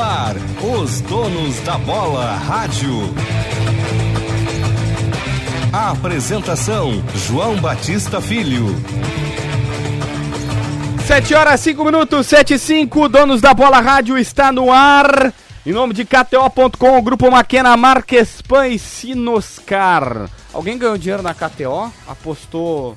ar, os donos da bola rádio. A apresentação, João Batista Filho. 7 horas 5 minutos, 7 e 5, donos da bola rádio está no ar. Em nome de KTO.com, Grupo Maquena, Marquespan e Sinoscar. Alguém ganhou dinheiro na KTO? Apostou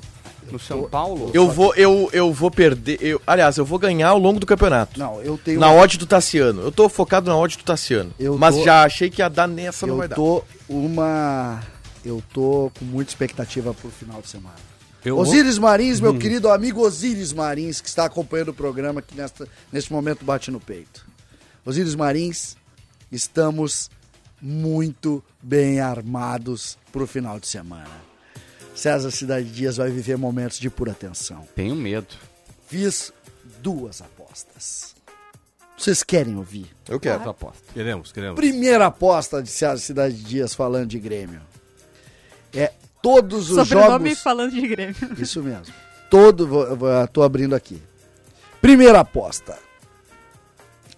no São Paulo? Eu vou, eu, eu vou perder. Eu, aliás, eu vou ganhar ao longo do campeonato. Não, eu tenho. Na odd do Tassiano. Eu tô focado na odd do Tassiano. Eu mas tô- já achei que ia dar nessa, não vai eu dar. tô uma. Eu tô com muita expectativa pro final de semana. Eu Osíris Marins, Hum. meu querido amigo Osíris Marins, que está acompanhando o programa que nesta, neste momento bate no peito. Osíris Marins, estamos muito bem armados pro final de semana. César Cidade Dias vai viver momentos de pura tensão. Tenho medo. Fiz duas apostas. Vocês querem ouvir? Eu quero. Essa aposta. Queremos, queremos. Primeira aposta de César Cidade Dias falando de Grêmio. É todos os Sobrenome jogos. falando de Grêmio. Isso mesmo. Todo. vou- vou- Tô abrindo aqui. Primeira aposta.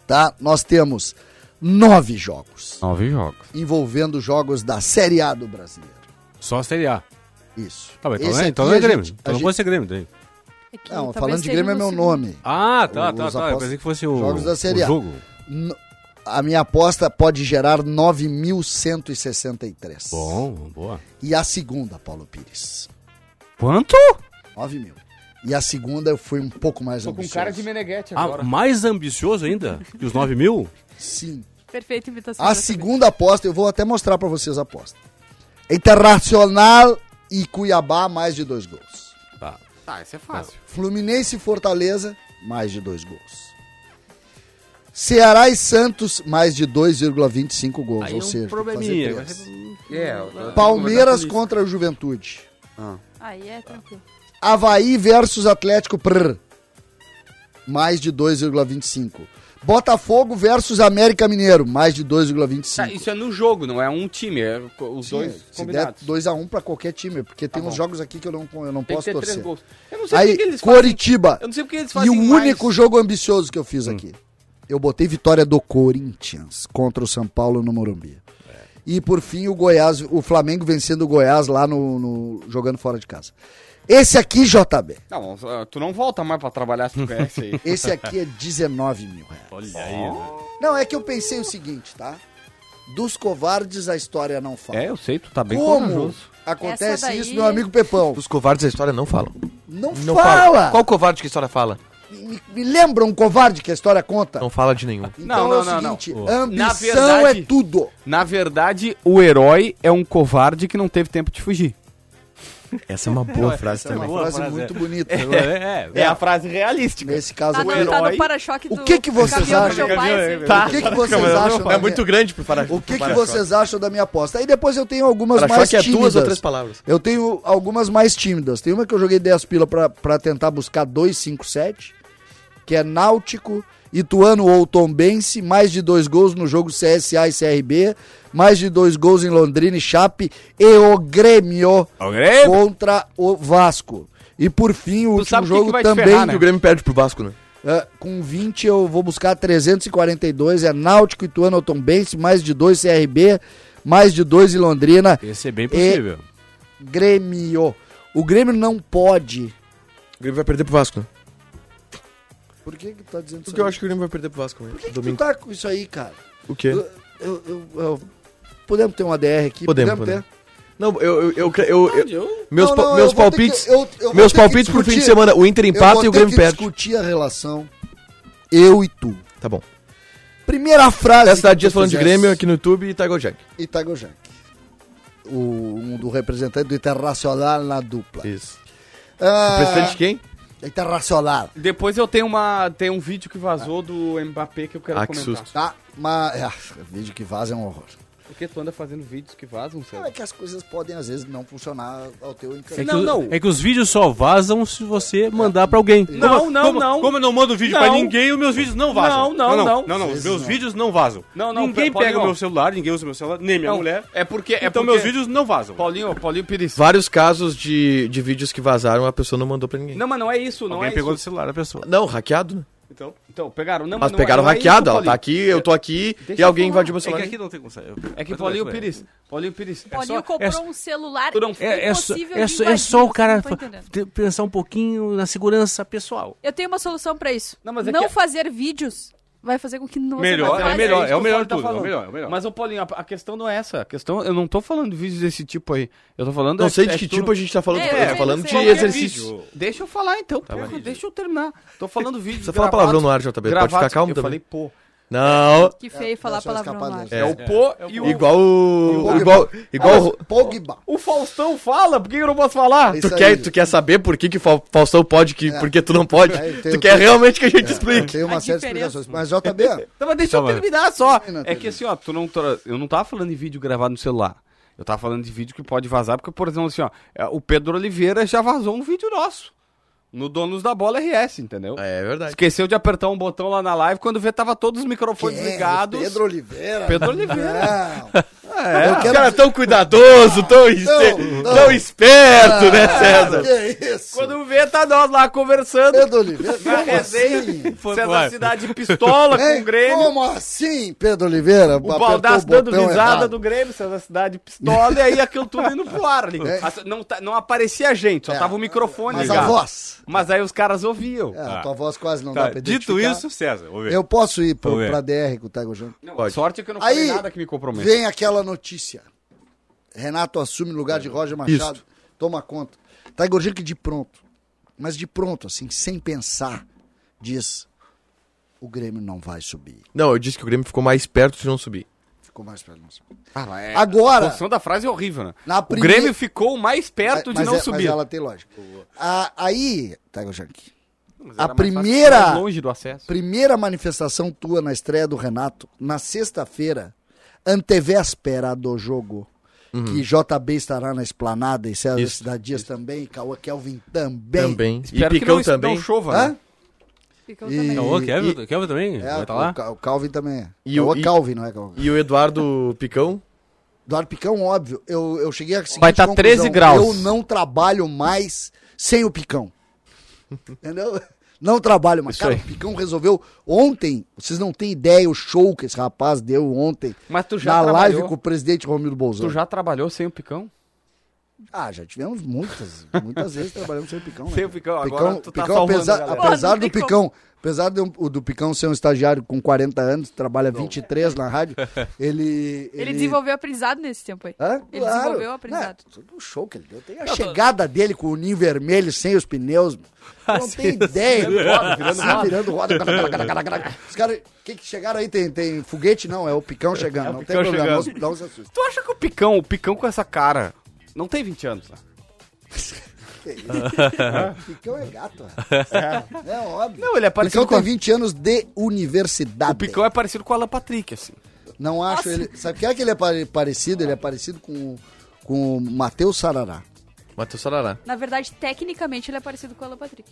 Tá? Nós temos nove jogos Nove jogos. envolvendo jogos da Série A do brasileiro. Só a Série A. Isso. Tá, mas então, Esse não é, então aqui não é a Grêmio. gente- a então não gente- pode ser Grêmio daí. Não, tá falando de Grêmio é meu nome. Ah, tá, tá, Os tá. Eu apostas- pensei que fosse o, jogos da Série o A. jogo. N- A minha aposta pode gerar 9.163. Bom, boa. E a segunda, Paulo Pires. Quanto? 9 mil. E a segunda eu fui um pouco mais Tô com ambicioso. cara de Meneghete Ah, agora. mais ambicioso ainda que os 9 mil? Sim. Perfeita imitação. A pra saber. segunda aposta, eu vou até mostrar pra vocês a aposta. Internacional e Cuiabá, mais de dois gols. Tá. Tá, isso é fácil. Fluminense e Fortaleza, mais de dois gols. Ceará e Santos, mais de 2,25 gols, Aí ou é um seja, tem que probleminha. fazer vai três. ser- É, eu- eu- Palmeiras contra o Juventude. Aí é tranquilo. Havaí versus Atlético prr, mais de 2,25. Botafogo versus América Mineiro, mais de 2,25. Tá, isso é no jogo, não é um time. É co- os Sim, dois se der combinados. 2x1 pra qualquer time, porque tem Tá bom. uns jogos aqui que eu não, eu não Tem que posso ter três torcer. gols. Eu não sei por Aí, que eles fazem. Coritiba. Eu não sei porque eles E fazem o mais. Hum. único jogo ambicioso que eu fiz aqui. Eu botei vitória do Corinthians contra o São Paulo no Morumbi. É. E por fim o Goiás, o Flamengo vencendo o Goiás lá no, no- jogando fora de casa. Esse aqui, JB, Não, tu não volta mais pra trabalhar se tu ganhar isso aí. esse aqui é 19 mil reais. Olha aí, né? Não, é que eu pensei o seguinte, tá? Dos covardes a história não É, fala. eu sei, tu tá Como acontece Essa daí- isso, meu amigo Pepão? Os covardes da história não falam. Não, Não fala! Qual covarde que a história fala? Me, me lembra um covarde que a história conta? Não fala de nenhum. Então Não, é o não, não, seguinte, não. Na ambição verdade- é tudo. Na verdade, o herói é um covarde que não teve tempo de fugir. Essa é uma boa frase É uma também. boa frase frase, muito é. bonita. É, é. a frase realística. Nesse caso Tá, aqui. no- tá herói. no para-choque do O que que vocês caminhão do acham? meu é pai, assim. O Tá que, que vocês acham? da É muito grande pro Fará. minha- O que, que vocês acham da minha aposta? Aí depois eu tenho algumas Fará mais que é tímidas. duas ou três palavras. Eu tenho algumas mais tímidas. Tem uma que eu joguei 10 pila pra, pra tentar buscar 257, que é Náutico, Ituano ou Tombense, mais de dois gols no jogo CSA e CRB, mais de dois gols em Londrina e Chape, e o Grêmio contra o Vasco. E por fim, o último sabe o que que jogo vai te também ferrar, né? O Grêmio perde pro Vasco, né? é, com 20 eu vou buscar 342, é Náutico, Ituano, Alton Bense, mais de 2 CRB, mais de 2 em Londrina, Esse é bem possível. Grêmio. O Grêmio não pode. O Grêmio vai perder pro Vasco, né? Por que que tu tá dizendo isso? Porque eu acho que o Grêmio vai perder pro Vasco, né? Por que, que tu Domingo. tá com isso aí, cara? O quê? Eu- eu- eu- eu- Podemos ter um uma DR aqui? Podemos, podemos. Não, eu... eu, eu, eu- eu- meus Não, pa- não, eu meus vou ter que- palpites... eu- eu vou Meus ter que palpites pro fim de discutir. semana. O Inter Eu vou empata e o ter Grêmio que perde. discutir a relação eu e tu. Tá bom. Primeira frase. Essa da que tu Dias falando de fizesse. Grêmio aqui no YouTube e Tiger Jack. Itagojank. O, um do representante do Internacional na dupla. Isso. Ah, Presidente de quem? Internacional, Depois eu tenho uma. Tem um vídeo que vazou do Mbappé que eu quero Ah, que comentar. susto. tá? Mas, ah, vídeo que vaza é um horror. Porque tu anda fazendo vídeos que vazam, Não, é sério. que as coisas podem, às vezes, não funcionar ao teu É que, Não, encanto. o- não. é que os vídeos só vazam se você mandar pra alguém. Não, como, não, como, não. Como eu não mando vídeo pra Não. ninguém, os meus vídeos não vazam. Não, não, Não, não. não, não, os Às vezes meus não. vídeos não vazam. Não, não, Ninguém pode pega o não. meu celular, ninguém usa meu celular, nem minha Não, mulher. É porque. É então porque- meus vídeos não vazam. Paulinho, Paulinho Pires. Vários casos de, de vídeos que vazaram, a pessoa não mandou pra ninguém. Não, mas não é isso, não Alguém é pegou do isso. celular da pessoa. Não, hackeado, né? Então, Então, pegaram. Não, Mas não é- pegaram não é isso, hackeado, ela Paulinho. tá aqui, eu tô aqui Deixa e eu alguém falar. invadiu meu É que celular. aqui não tem como sair. É que Mas Paulinho isso é- Pires. Paulinho Pires. É Paulinho só- comprou é- um celular Tu não- É, é, só, impossível é, de só, é invadir, só o vocês cara não tão entendendo. te- pensar um pouquinho na segurança pessoal. Eu tenho uma solução pra isso. Não, Não, mas é que- fazer vídeos vai fazer com que não Melhor, você não é faça melhor, isso. é o melhor Paulo de tudo, é o tá falando. melhor, é o melhor. Mas, ô Paulinho, a, a questão não é essa. A questão, eu não tô falando de vídeos desse tipo aí. Eu tô falando... Não é- sei de é que tudo- tipo a gente tá falando, É, eu tô eu sei, falando eu de sei. Qualquer exercício. Tá vídeo. Deixa eu falar, então. porra, mas- deixa eu terminar. Tô falando vídeos Você fala gravados- palavrão no ar, JB, pode gravados- ficar calmo Eu também. falei, pô. Não, Que feio falar Dá É, só palavrão escapar lá. dessa. é, O pô e o... igual o... Pogba. Igual, igual o- Pogba. O Faustão fala, por que eu não posso falar? É isso Tu quer, aí. tu quer saber por que que o Fa- Faustão pode, que, É. por que tu não pode? É, tem- É. tu quer realmente que a gente explique. Tem uma A série de diferença. explicações. Mas, JB, Não, Então, mas deixa Tá, eu mas- terminar só. Termina, É que termina. assim, ó, tu não tra- eu não tava falando de vídeo gravado no celular. Eu tava falando de vídeo que pode vazar, porque, por exemplo, assim, ó, é, o Pedro Oliveira já vazou um vídeo nosso. No Donos da Bola RS, entendeu? É verdade. Esqueceu de apertar um botão lá na live, quando vê tava todos os microfones quem é? ligados. Pedro Oliveira. Pedro Oliveira. Não. É. Eu Os quero caras tão cuidadosos, tão, espe- Não, não. tão esperto, né, Ah. César? Que é isso? Quando vê, tá nós lá conversando. Pedro Oliveira? Como resenha. assim? César Cidade pistola com Hein? o Grêmio. Como assim, Pedro Oliveira? O Baldaço dando risada errado. do Grêmio, essa cidade pistola, e aí aquilo tudo indo pro ar ali. É. As- Não, tá- não aparecia a gente, só É. tava o microfone Mas ligado. a voz. Mas aí os caras ouviam. É, a tua voz quase não dá tá, pra dito identificar. isso, César, ouve. Eu posso ir pro, Vamos ver. pra DR com o Tago Júnior? Não, sorte é que eu não Aí- falei nada que me comprometa. Vem aquela notícia. Renato assume o lugar de É. Roger Machado. Toma conta. Tiger Junk de pronto. Mas de pronto, assim, sem pensar, diz: o Grêmio não vai subir. Não, eu disse que o Grêmio ficou mais perto de não subir. Ficou mais pra nós. é- A Agora, posição da frase é horrível, né? Na o primeira- Grêmio ficou mais perto de mas não é- mas subir. ela tem lógica. A- aí, tá, Tiger Junk, Mas a era mais fácil primeira- ficar longe do acesso. primeira manifestação tua na estreia do Renato, na sexta-feira, antevéspera do jogo, que JB estará na esplanada e César Isso, Cidade Dias também, Cauã Kelvin também. Também. Espero e que não, Picão isso não também. chova, Hã? né? Ficou E- também. Então, ô, Kevin, Kevin também? É, Vai tá o lá? Ca- o Calvin também é. E é o o- e- Calvin, não é Calvin. E o Eduardo Picão? Eduardo Picão, óbvio. Eu, eu cheguei à seguinte Vai tá 13 conclusão. graus. Eu não trabalho mais sem o Picão. Entendeu? Não trabalho mais. Isso Cara, aí. o Picão resolveu ontem. Vocês não têm ideia o show que esse rapaz deu ontem. Mas tu já na trabalhou. live com o presidente Romildo Tu Bolsonaro. já trabalhou sem o Picão? Ah, já tivemos muitas, muitas vezes trabalhando sem o Picão. Né? Sem o Picão, agora tu tá Picão, salvando apesar, a galera. apesar Pô, não do tem como. Picão, apesar de um- o do Picão ser um estagiário com 40 anos, trabalha 23 na rádio, ele Ele desenvolveu aprendizado nesse tempo aí. Hã? Ele desenvolveu o aprendizado. Não, todo o show que ele deu. Tem a chegada dele com o ninho vermelho, sem os pneus. mano. Não tem ideia. virando Assim, virando roda. Cara, cara, cara, cara. Os caras, que, que chegaram aí? Tem, tem foguete? Não, é o picão chegando. não Picão tem problema. chegando. Não, um se- não se assuste. Tu acha que o Picão, o Picão com essa cara, não tem 20 anos, né? Picão é gato. É, é óbvio. Não, ele é parecido Picão com a- tem 20 anos de universidade. O Picão é parecido com o Alan Patrick, assim. Não acho ele. Sabe o que é que ele é pare- parecido? Ele é parecido com, com o Matheus Sarará. Matheus Sarará. Na verdade, tecnicamente, ele é parecido com o Alan Patrick.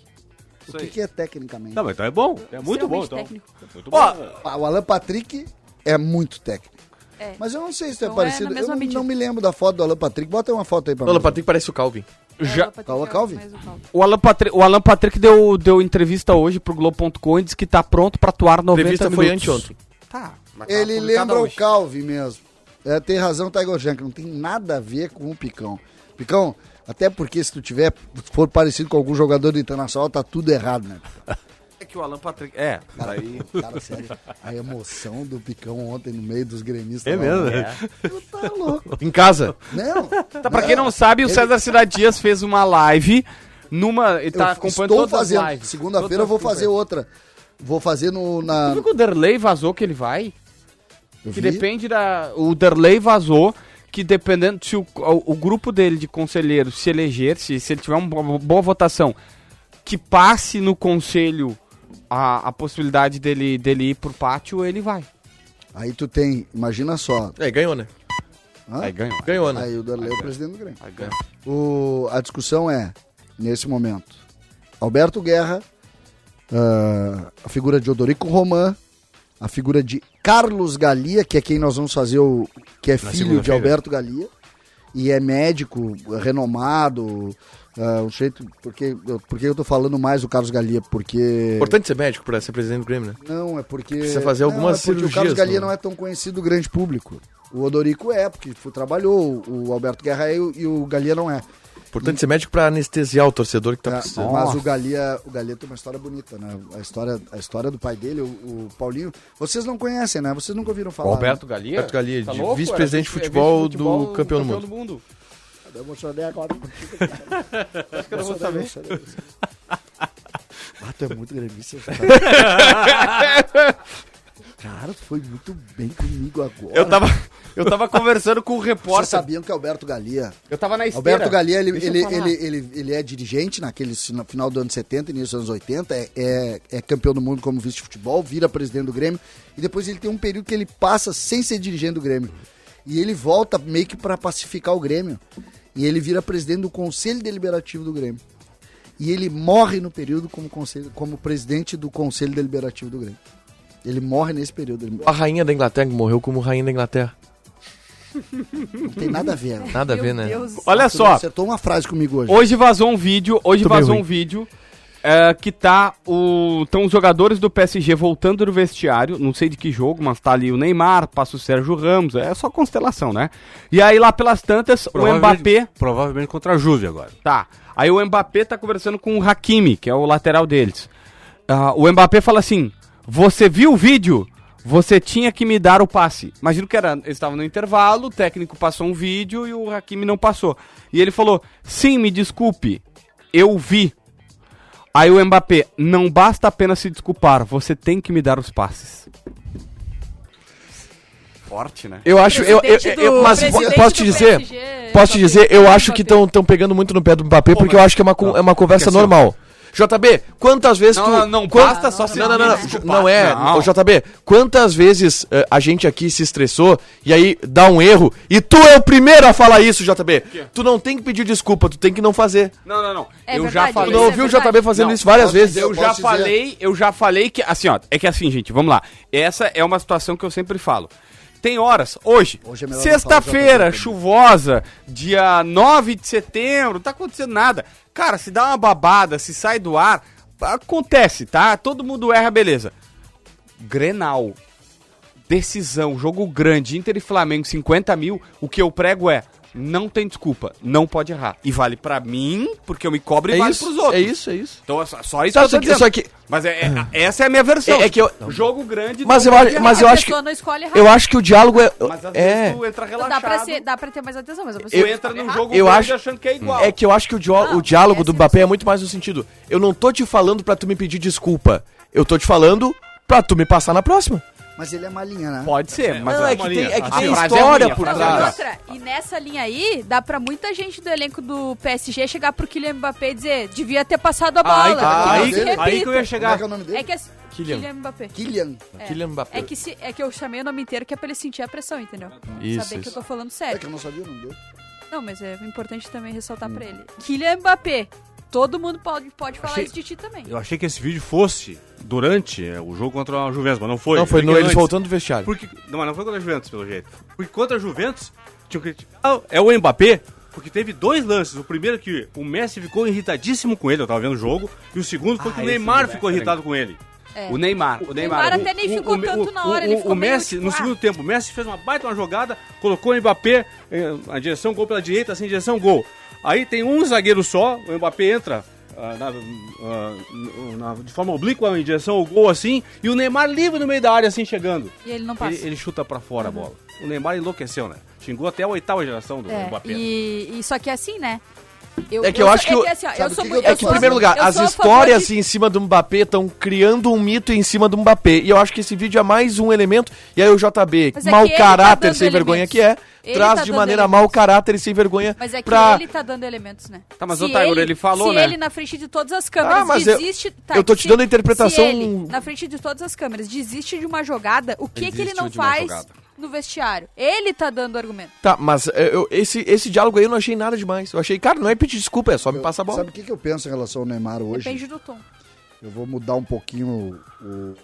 O que, que é tecnicamente? Tá, mas então é bom. É muito bom, Extremamente então. técnico. Muito Ó, bom. Ah, O Alan Patrick é muito técnico. É. Mas eu não sei se tu é Então é parecido. na eu mesma não, medida. não me lembro da foto do Alan Patrick. Bota uma foto aí pra Não, mim. o Patrick parece o Calvin. Já- Alan Patrick Calma, é o Calvin. mais o Calvin. O Alan Patrick, o Alan Patrick deu, deu entrevista hoje pro Globo.com e disse que tá pronto pra atuar 90 A entrevista minutos. foi anteontem. Tá. mas tá Ele publicada lembra o hoje. Calvin mesmo. É, tem razão, Tiger Junk. Não tem nada a ver com o Picão. Picão, até porque se tu tiver, for parecido com algum jogador do Internacional, tá tudo errado, né? É que o Alan Patrick... É. Cara, cara, sério, a emoção do Picão ontem no meio dos gremistas. É lá, mesmo? né? Tu tá louco. Em casa. Não. Tá, pra quem não sabe, o César Cidade Dias fez uma live numa... Ele tá eu acompanhando estou todas as fazendo. lives. Segunda-feira eu vou fazer outra. Vou fazer no... Tu Na... viu que o Derlei vazou que ele vai? Eu Que vi. depende da... O Derlei vazou que dependendo se o, o, o grupo dele de conselheiros se eleger, se, se ele tiver uma bo- boa votação, que passe no conselho a, a possibilidade dele, dele ir pro pátio, ele vai. Aí tu tem, imagina só. É, ganhou, né? Hã? Aí ganhou. Ganhou, né? Aí o Darley é o presidente do Grêmio. Aí ganhou. O, a discussão é, nesse momento, Alberto Guerra, ah, a figura de Odorico Román, a figura de Carlos Galia, que é quem nós vamos fazer o. que é filho de segunda-feira. Alberto Galia, e é médico renomado, Ah, um jeito. Porque eu, porque eu tô falando mais do Carlos Galia? Porque. Importante ser médico pra ser presidente do Grêmio, né? Não, é porque. Precisa fazer não, algumas é porque O Carlos cirurgias, né? Galia mano. não é tão conhecido do grande público. O Odorico é, porque foi- trabalhou. O Alberto Guerra é e o- e o Galia não é. Importante ser médico pra anestesiar o torcedor que tá Ah, Tá, precisando. mas o Galia, o Galia tem uma história bonita, né? A história, a história do pai dele, o, o Paulinho. Vocês não conhecem, né? Vocês nunca ouviram falar. Roberto Galia? Roberto Galia, Tá de louco? Era vice-presidente de vice- futebol vice-futebol do campeão do mundo. Né? Eu emocionei agora. Acho que eu não vou saber. Ah, tu é muito gremista. cara. Cara, tu foi muito bem comigo agora. Eu um tava, eu tava conversando com o Vocês repórter. sabiam que Alberto Galia. Eu tava na esteira. Alberto Galia, ele, Deixa eu ele, falar. ele, ele, ele é dirigente naquele sina- final do ano 70, início dos anos 80, é, é, é campeão do mundo como vice de futebol, vira presidente do Grêmio, e depois ele tem um período que ele passa sem ser dirigente do Grêmio. E ele volta meio que pra pacificar o Grêmio. E ele vira presidente do Conselho Deliberativo do Grêmio. E ele morre no período como, conselho, como presidente do Conselho Deliberativo do Grêmio. Ele morre nesse período. Ele A rainha da Inglaterra que morreu como rainha da Inglaterra. não tem nada a ver. né? Nada a ver, Meu né? Deus. Olha Tu só, acertou uma frase comigo hoje. hoje vazou um vídeo, hoje Tô meio vazou ruim. um vídeo é, que tá o estão os jogadores do PSG voltando do vestiário, não sei de que jogo, mas tá ali o Neymar, passa o Sérgio Ramos, é só constelação, né? E aí lá pelas tantas, o Mbappé Provavelmente contra a Juve agora. Tá. Aí o Mbappé tá conversando com o Hakimi, que é o lateral deles. Ah, o Mbappé fala assim: Você viu o vídeo? Você tinha que me dar o passe. Imagino que era. Eles estavam no intervalo, o técnico passou um vídeo e o Hakimi não passou. E ele falou: Sim, me desculpe, eu vi. Aí o Mbappé, não basta apenas se desculpar, você tem que me dar os passes. Forte, né? Eu acho. Eu, eu, Presidente eu- do- mas po- presidente posso te do dizer. PSG, Posso te dizer, eu Mbappé. acho que estão pegando muito no pé do Mbappé, porque eu acho que é uma, co- é uma conversa assim, ó. normal. JB, quantas vezes tu. quan- só Não, não, não, não, desculpar. não é. Não. Ô, JB, quantas vezes eh, a gente aqui se estressou e aí dá um erro e tu é o primeiro a falar isso, JB? Tu não tem que pedir desculpa, tu tem que não fazer. Não, não, não. É eu já verdade, Tu falei. Isso não é ouviu o verdade. JB fazendo Não, isso várias posso dizer, vezes. Eu posso já dizer- falei, eu já falei que assim, ó, é que assim, gente, vamos lá. Essa é uma situação que eu sempre falo. Tem horas, hoje, Hoje é melhor não falar sexta-feira, do JB. chuvosa, dia 9 de setembro, não tá acontecendo nada. Cara, se dá uma babada, se sai do ar, acontece, tá? Todo mundo erra, beleza. Grenal. Decisão, jogo grande, Inter e Flamengo, 50 mil. O que eu prego é, não tem desculpa, não pode errar. E vale pra mim, porque eu me cobro e É vale isso, pros outros. é isso, é isso. Então é só, só isso Tá, que eu tô só que- dizendo. só que- Mas é, é- essa é a minha versão. É- é que eu- Jogo grande... Mas não eu pode acho- errar. mas eu a acho que- pessoa não escolhe errar. Eu acho que o diálogo é. Mas às é... vezes tu entra relaxado, Dá pra, ser, dá pra ter mais atenção, mas a tu pessoa entra escolhe num errar. jogo Eu grande acho- achando que é igual. É que eu acho que o, dió- Não, o diálogo é do sim, Mbappé sim. é muito mais no sentido. Eu não tô te falando pra tu me pedir desculpa. Eu tô te falando pra tu me passar na próxima. Mas ele é malinha, né? Pode ser, mas... não, a- é que tem, é que a tem frase é história minha, a por frase um Mas é e minha. trás. outra, e nessa linha aí, dá pra muita gente do elenco do PSG chegar pro Kylian Mbappé e dizer, devia ter passado a Aí, bola. aí- aí, não se que eu ia repita." Como é chegar. que é o nome dele? É que assim, Kylian. Kylian Mbappé. Kylian. É. Kylian Mbappé. É que, se, é que eu chamei o nome inteiro que é pra ele sentir a pressão, entendeu? Isso, Saber que eu isso. tô falando É sério. que eu não sabia o nome dele. Não, mas é importante também ressaltar pra ele. Kylian Mbappé. Todo mundo pode, pode falar Hum. Achei- isso de ti também. Eu achei que esse vídeo fosse durante é, o jogo contra a Juventus, mas não foi. Não, foi no, Porque eles antes. voltando do vestiário. Porque, não, mas não foi contra a Juventus, pelo jeito. Porque contra a Juventus, tinha que criticar. É o Mbappé, porque teve dois lances. O primeiro que o Messi ficou irritadíssimo com ele, eu tava vendo o jogo. E o segundo foi Ah, que o esse Neymar do ficou Messi, irritado com ele. O Neymar, o É. Neymar Neymar... até nem ficou tanto na hora, o, ele o ficou meio, Messi, tipo, no ah. segundo tempo, o Messi fez uma baita uma jogada, colocou o Mbappé eh, na direção gol pela direita, assim, direção gol. Aí tem um zagueiro só, o Mbappé entra ah, na- ah, na- de forma oblíqua em direção ao gol, assim, e o Neymar livre no meio da área, assim, chegando. E ele não passa. Ele, ele chuta pra fora a bola. O Neymar enlouqueceu, né? Xingou até a oitava geração do É, Mbappé. e, e só que é assim, né? É que eu acho que sou- o- é assim, ó, sabe eu o sou que muito- que eu eu É que, em sou assim. a- primeiro lugar, eu as sou a favor histórias de- em cima do Mbappé estão criando um mito em cima do Mbappé. E eu acho que esse vídeo é mais um elemento. E aí o JB, Mas é mau que ele tá caráter, dando sem vergonha elementos. que é, Ele traz tá de dando maneira elementos. mau caráter e sem vergonha Mas é que pra... ele tá dando elementos, né? Tá, mas, ô, Tiger, ele falou, se né? ele na frente de todas as câmeras Ah, mas eu- desiste... tá, eu tô te se- dando a interpretação- Se ele, na frente de todas as câmeras, desiste de uma jogada, o que que ele Desistiu não de uma faz jogada. no vestiário? Ele tá dando argumento. Tá, mas eh, eu- esse, esse diálogo aí eu não achei nada demais. Eu achei, cara, não é pedir desculpa, é só me passar a bola. Sabe o que, que eu penso em relação ao Neymar hoje? Depende do tom. Eu vou mudar um pouquinho o, o-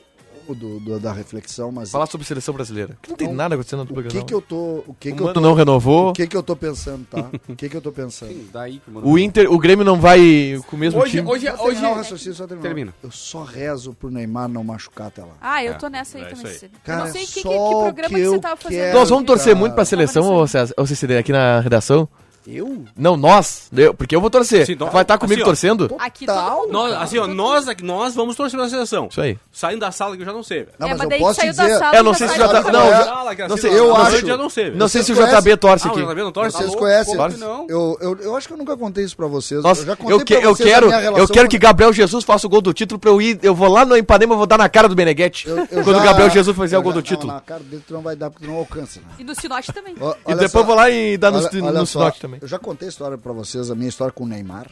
longo do- do- da reflexão, mas Falar sobre seleção brasileira. Que não tem Então, nada acontecendo no o Brasileirão. que que eu tô, o que que o eu Mano tô, não renovou. o que que eu tô pensando, tá? O que que eu tô pensando? Daí que mano. O Inter, o Grêmio não vai com o mesmo Hoje, time. é- hoje, Só terminar o hoje. raciocínio, só terminar. Termina. Eu só rezo pro Neymar não machucar até lá. Ah, É, eu tô nessa aí também. isso Cid. Eu Cara, não sei que, que, que só programa que, que você eu tava fazendo. assim, quero- Nós vamos torcer Cara. muito pra seleção, Tava ô César, ô CCD, aqui na redação? Eu? Não, nós. Eu- porque eu vou torcer. Sim, nós- vai estar comigo assim, ó. torcendo? Aqui Total. todo mundo. Nós, assim, ó, nós, aqui- nós vamos torcer pra seleção. Isso aí. Saindo da sala que eu já não sei. velho. Não, é, mas mas eu daí posso saiu da dizer- sala. Eu não sei se já tá- Saindo não, da eu- sala, que não assim, sei, lá, eu lá acho- eu já não sei. velho. Não sei se o conhecem? JB torce Ah, o aqui. JB não torce? Tá Vocês louco? conhecem? Claro que não. Eu, eu, eu acho que eu nunca contei isso pra vocês. Nossa, eu já contei eu, que- pra eu vocês a quero, minha eu relação quero com- que Gabriel Jesus faça o gol do título pra eu ir. Eu vou lá no Ipanema e vou dar na cara do Beneguete. Eu- eu Quando já- o Gabriel Jesus fizer eu o gol já- do título. Não, na cara dele tu não vai dar porque tu não alcança. Né? E do Sinote também. O- E olha depois só, eu vou lá e dar no, olha- no, olha no só, Sinote também. Eu já contei a história pra vocês, a minha história com o Neymar.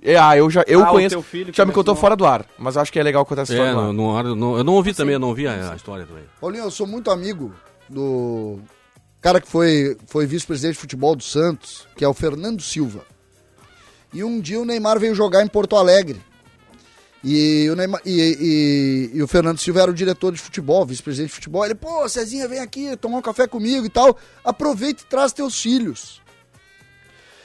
É, ah, eu já eu Ah, o conheço. teu filho já me começou- contou fora do ar, mas eu acho que é legal contar essa história. É, no não, ar. não, não- eu não ouvi também, eu não ouvi a, a história também. Paulinho, eu sou muito amigo do cara que foi, foi vice-presidente de futebol do Santos, que é o Fernando Silva. E um dia o Neymar veio jogar em Porto Alegre. E o, Neymar- e- e- e o Fernando Silva era o diretor de futebol, vice-presidente de futebol. Ele, pô, Cezinha, vem aqui tomar um café comigo e tal. Aproveita e traz teus filhos.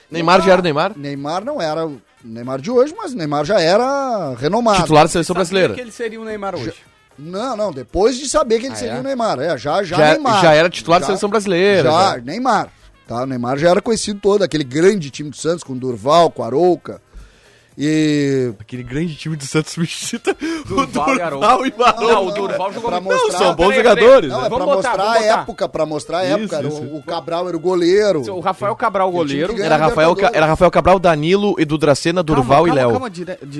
Neymar já era o Neymar? Neymar não era o Neymar de hoje, mas o Neymar já era renomado. Ah, Titular da seleção brasileira. que ele seria o Neymar hoje. Não, não, depois de saber que ele seria o Neymar. É, já, já, Ah, Já, Neymar. já era titular da Já- seleção brasileira. né? Já, já. Neymar. Tá? O Neymar já era conhecido todo, aquele grande time do Santos, com Durval, com Arouca. E. Aquele grande time do Santos me cita. Durval o e Arouca. Durval e Barão. Não, o Durval é jogou pra muito. mostrar- São bons Peraí, peraí. jogadores. Não, né? é pra Vamos botar, mostrar vamos a botar. época, pra mostrar a época. era isso. O, o Cabral era o goleiro. O Rafael é um Cabral, goleiro. ganhar Era Rafael, Ca- Libertadores. era Rafael Cabral, Danilo, Edu Dracena, Durval e Léo.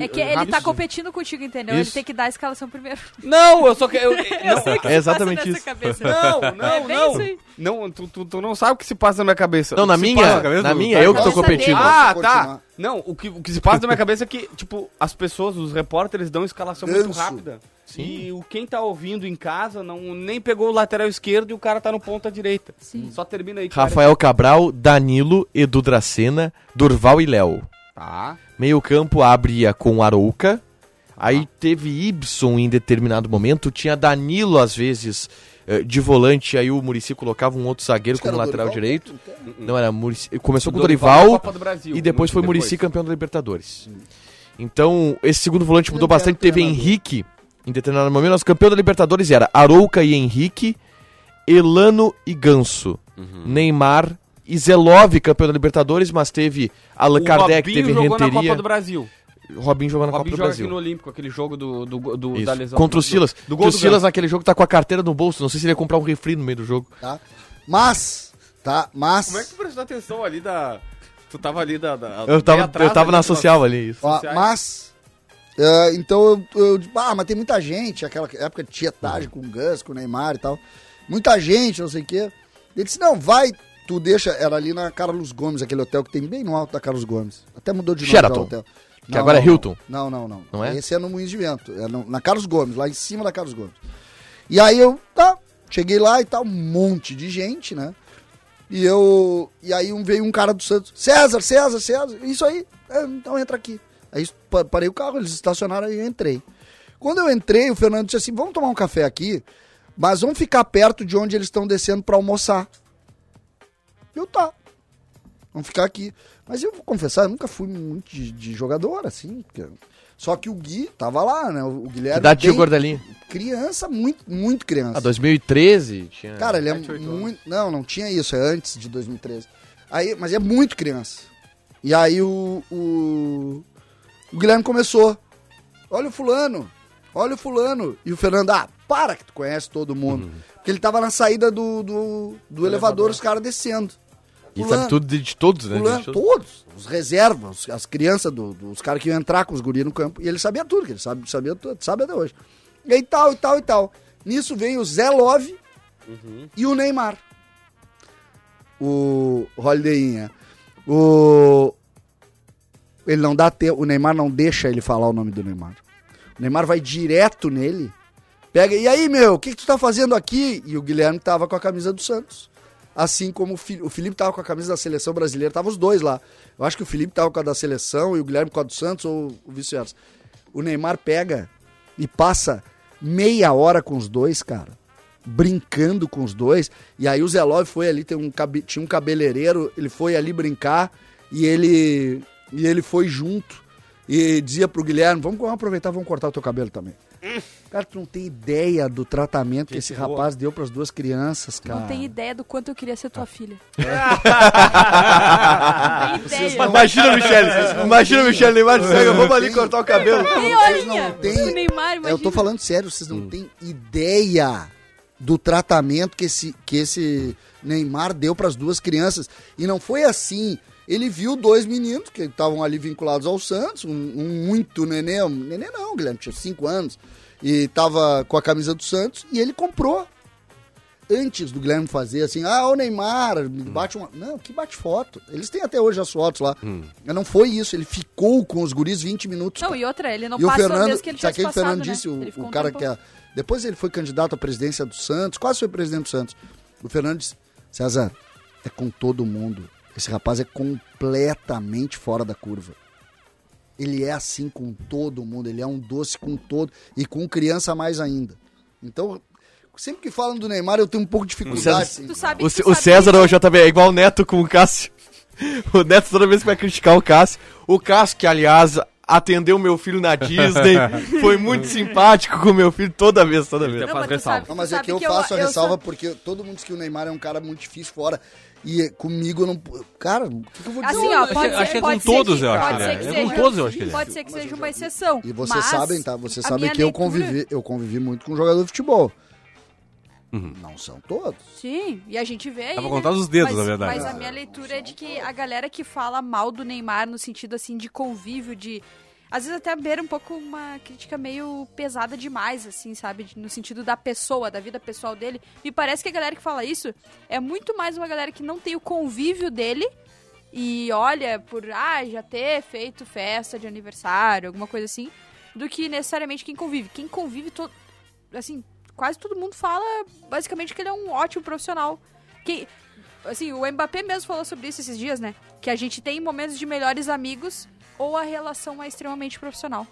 É que ele tá competindo contigo, entendeu? Isso. Ele tem que dar a escalação primeiro. Não, eu só que. Eu, Eu sei o que é se exatamente passa nessa isso. cabeça. não, É não, bem não. isso aí. Não, tu, tu, tu não sabe o que se passa na minha cabeça. Não, O na que se passa minha, cabeça na do- minha, da eu que tô cabeça dele. competindo. Ah, tá. Continuar. Não, o que, o que se passa na minha cabeça é que, tipo, as pessoas, os repórteres dão escalação muito Denso. rápida. E o quem tá ouvindo em casa não nem pegou o lateral esquerdo e o cara tá no ponta direita. Hum. Sim. Só termina aí. cara. Rafael Cabral, Danilo, Edu Dracena, Durval e Léo. Tá. Meio campo abria com Arouca. Aí teve Ibson em determinado momento. Tinha Danilo, às vezes, eh, de volante. Aí o Murici colocava um outro zagueiro Isso que como era né? lateral Durval? direito. Não, era Murici. Começou com o Dorival na Dorival né? Copa do Brasil, e depois muito foi Murici campeão da Libertadores. Então, esse segundo volante mudou bastante. quero Teve treinador. Henrique em determinado momento. Nosso campeão da Libertadores era Arouca e Henrique, Elano e Ganso, Uhum. Neymar e Zelov, campeão da Libertadores, mas teve Allan O Kardec, Robinho teve jogou na Renteria. Copa do Brasil. Robin jogou na O Robinho Copa do joga Brasil. aqui no Olímpico, aquele jogo do, do, do- Isso. da lesão. Contra o do- Silas. Do que gol o do Silas Ganso. naquele jogo tá com a carteira no bolso. Não sei se ele ia comprar um refri no meio do jogo. Tá? Mas. Tá? Mas. Como é que tu prestou atenção ali da. Tu tava ali da. da- Eu bem tava, atrás eu tava ali na da- social ali. Isso. Ó, mas. é, então eu, eu. Ah, mas tem muita gente, aquela época de tietagem Uhum. com o Gus, com o Neymar e tal. Muita gente, não sei o quê. Ele disse: não, vai, tu deixa. Era ali na Carlos Gomes, aquele hotel que tem bem no alto da Carlos Gomes. Até mudou de nome já o Sheraton, hotel. que agora é não. Hilton. Não, não, não. Não é? Esse é no Moinhos de Vento. É no- na Carlos Gomes, lá em cima da Carlos Gomes. E aí eu, tá, cheguei lá e tal, um monte de gente, né? E eu. E aí um, veio um cara do Santos. César, César, César. Isso aí. É, então entra aqui. Aí pa- parei o carro, eles estacionaram e eu entrei. Quando eu entrei, o Fernando disse assim: vamos tomar um café aqui, mas vamos ficar perto de onde eles estão descendo pra almoçar. Eu tá. Vamos ficar aqui. Mas eu vou confessar, eu nunca fui muito de, de jogador, assim. porque- Só que o Gui tava lá, né? O o Guilherme. Idade de bem- Gordelinho. Criança, muito, muito criança. Ah, 2013 tinha. Cara, ele é muito. Não, não tinha isso, é antes de 2013. Aí, mas é muito criança. E aí o, o, o Guilherme começou. Olha o fulano, olha o fulano. E o Fernando, ah, para que tu conhece todo mundo. Uhum. Porque ele tava na saída do, do, do elevador, os caras descendo. E Fulano, sabe tudo de, de todos, né? Fulano, De todos. todos, os reservas, as crianças, do, do- os caras que iam entrar com os guris no campo. E ele sabia tudo, que ele sabe, sabia tudo, sabe até hoje. E aí tal, e tal, e tal. Nisso vem o Zé Love e o Neymar. O Holidayinha. O... Ele não dá tempo, o Neymar não deixa ele falar o nome do Neymar. O Neymar vai direto nele, pega, e aí, meu, o que, que tu tá fazendo aqui? E o Guilherme tava com a camisa do Santos. Assim como o, Fi- o Felipe tava com a camisa da seleção brasileira, tava os dois lá. Eu acho que o Felipe tava com a da seleção e o Guilherme com a do Santos ou o vice-versa. O Neymar pega e passa meia hora com os dois, cara. Brincando com os dois. E aí o Zelov foi ali, tem um cabe- tinha um cabeleireiro, ele foi ali brincar e ele, e ele foi junto. E dizia pro Guilherme, vamos, vamos aproveitar, vamos cortar o teu cabelo também. Cara, tu não tem ideia do tratamento que esse rapaz deu pras duas crianças, cara. Não tem ideia do quanto eu queria ser tua filha. não tem ideia. Imagina o Michele, imagina o Michele Neymar, chega, vamos ali cortar o cabelo. Nem vocês olhinha. não têm- Hum. O Neymar, imagina. Eu tô falando sério, vocês não têm ideia do tratamento que esse, que esse Neymar deu pras duas crianças. E não foi assim. Ele viu dois meninos que estavam ali vinculados ao Santos, um, um muito nenê, um nenê não, Guilherme, tinha cinco anos, e tava com a camisa do Santos, e ele comprou. Antes do Guilherme fazer assim, ah, o Neymar, bate uma. Não, que bate foto. Eles têm até hoje as fotos lá. Não foi isso, ele ficou com os guris 20 minutos. Não, e outra, ele não E o passa Fernando, que ele sabe tivesse quem o passado, Fernando né? disse, Ele o, ficou o um cara que tempão. é, depois ele foi candidato à presidência do Santos, quase foi presidente do Santos. O Fernando disse, César, é com todo mundo. Esse rapaz é completamente fora da curva. Ele é assim com todo mundo, ele é um doce com todo e com criança mais ainda. Então, sempre que falam do Neymar, eu tenho um pouco de dificuldade. assim. Tu sabe O, que C- tu o sabe César que- hoje já também é igual o Neto com o Cássio. O Neto toda vez que vai criticar o Cássio. O Cássio, que aliás atendeu meu filho na Disney, foi muito simpático com meu filho toda vez, toda vez. Não, mas tu sabe- Não, tu mas é sabe que eu faço a ressalva sou- porque todo mundo diz que o Neymar é um cara muito difícil fora. E eh, comigo eu não. Cara, o que, que eu vou dizer? Assim, ó, Não, pode acho que- acho que ser, é pode com ser todos, que- eu acho pode que ele ser é. que É com seja- todos, eu acho que ele é. Pode ser que seja uma exceção. E vocês mas sabem, tá? Vocês a sabem minha que eu leitura- convivi, eu convivi muito com jogador de futebol. Não são todos. Sim, e a gente vê aí. Dá pra né? contar os dedos, mas, na verdade. Mas a minha leitura é de que a galera que fala mal do Neymar, no sentido assim de convívio, de. Às vezes até beira um pouco uma crítica meio pesada demais, assim, sabe? De- No sentido da pessoa, da vida pessoal dele. Me parece que a galera que fala isso é muito mais uma galera que não tem o convívio dele e olha por, ah, já ter feito festa de aniversário, alguma coisa assim, do que necessariamente quem convive. Quem convive, to... assim, quase todo mundo fala basicamente que ele é um ótimo profissional. Que, assim, o Mbappé mesmo falou sobre isso esses dias, né? Que a gente tem momentos de melhores amigos ou a relação é extremamente profissional.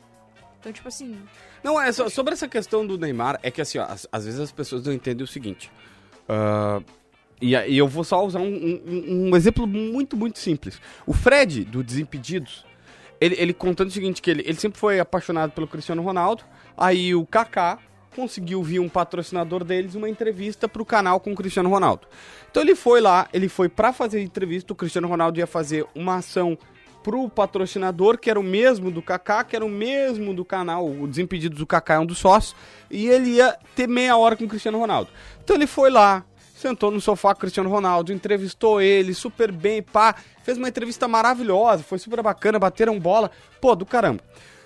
Então, tipo assim, Não, é só- sobre essa questão do Neymar, é que assim, ó, às, às vezes as pessoas não entendem o seguinte. Ah, e, a- e eu vou só usar um, um- um exemplo muito, muito simples. O Fred, do Desimpedidos, ele, ele contando o seguinte, que ele, ele sempre foi apaixonado pelo Cristiano Ronaldo, aí o Kaká conseguiu vir um patrocinador deles, uma entrevista pro canal com o Cristiano Ronaldo. Então ele foi lá, ele foi pra fazer a entrevista, o Cristiano Ronaldo ia fazer uma ação pro patrocinador, que era o mesmo do Kaká, que era o mesmo do canal, o Desimpedidos do Kaká é um dos sócios, e ele ia ter meia hora com o Cristiano Ronaldo. Então ele foi lá, sentou no sofá com o Cristiano Ronaldo, entrevistou ele super bem, pá, fez uma entrevista maravilhosa, foi super bacana, bateram bola, pô, do caramba.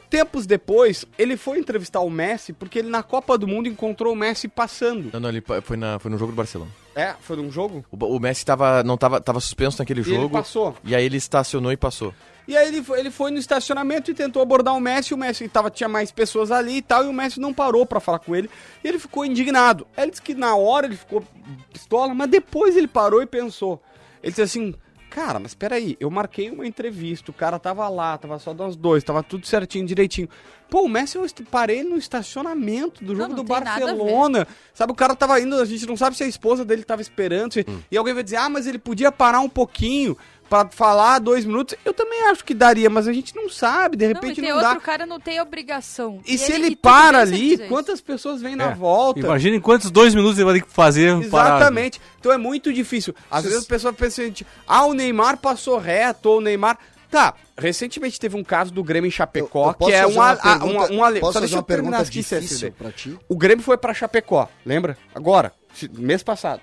Tempos depois, ele foi entrevistar o Messi, porque ele na Copa do Mundo encontrou o Messi passando. Não, não, ele foi, na, foi no jogo do Barcelona. É, foi num jogo? O, Ba- o Messi tava, não tava, tava suspenso naquele E ele jogo. passou. E aí ele estacionou e passou. E aí ele foi, ele foi no estacionamento e tentou abordar o Messi, o Messi tava, tinha mais pessoas ali e tal, e o Messi não parou pra falar com ele, e ele ficou indignado. Aí Ele disse que na hora ele ficou pistola, mas depois ele parou e pensou. Ele disse assim, cara, mas peraí, eu marquei uma entrevista, o cara tava lá, tava só nós dois, tava tudo certinho, direitinho. Pô, o Messi eu est- parei no estacionamento do jogo do não tem nada a ver. Barcelona, né? sabe, o cara tava indo, a gente não sabe se a esposa dele tava esperando, Hum. se- e alguém vai dizer, ah, mas ele podia parar um pouquinho, Pra falar dois minutos, eu também acho que daria, mas a gente não sabe, de repente não, e não, tem dá. outro cara não tem obrigação. E, se e ele tudo para bem se ele ali, fizer isso. quantas pessoas vêm na É. volta? Imagina em quantos dois minutos ele vai ter que fazer um parar. Exatamente. Então é muito difícil. Às vezes a pessoa pensa, gente, ah, o Neymar passou reto, ou o Neymar. Tá, recentemente teve um caso do Grêmio em Eu- Chapecó, eu posso que é fazer um, a- a- pergunta- um, um ale- Posso Só fazer deixa uma eu terminar pergunta aqui, CSD. difícil pra ti? O Grêmio foi pra Chapecó, lembra? Agora, se- mês passado.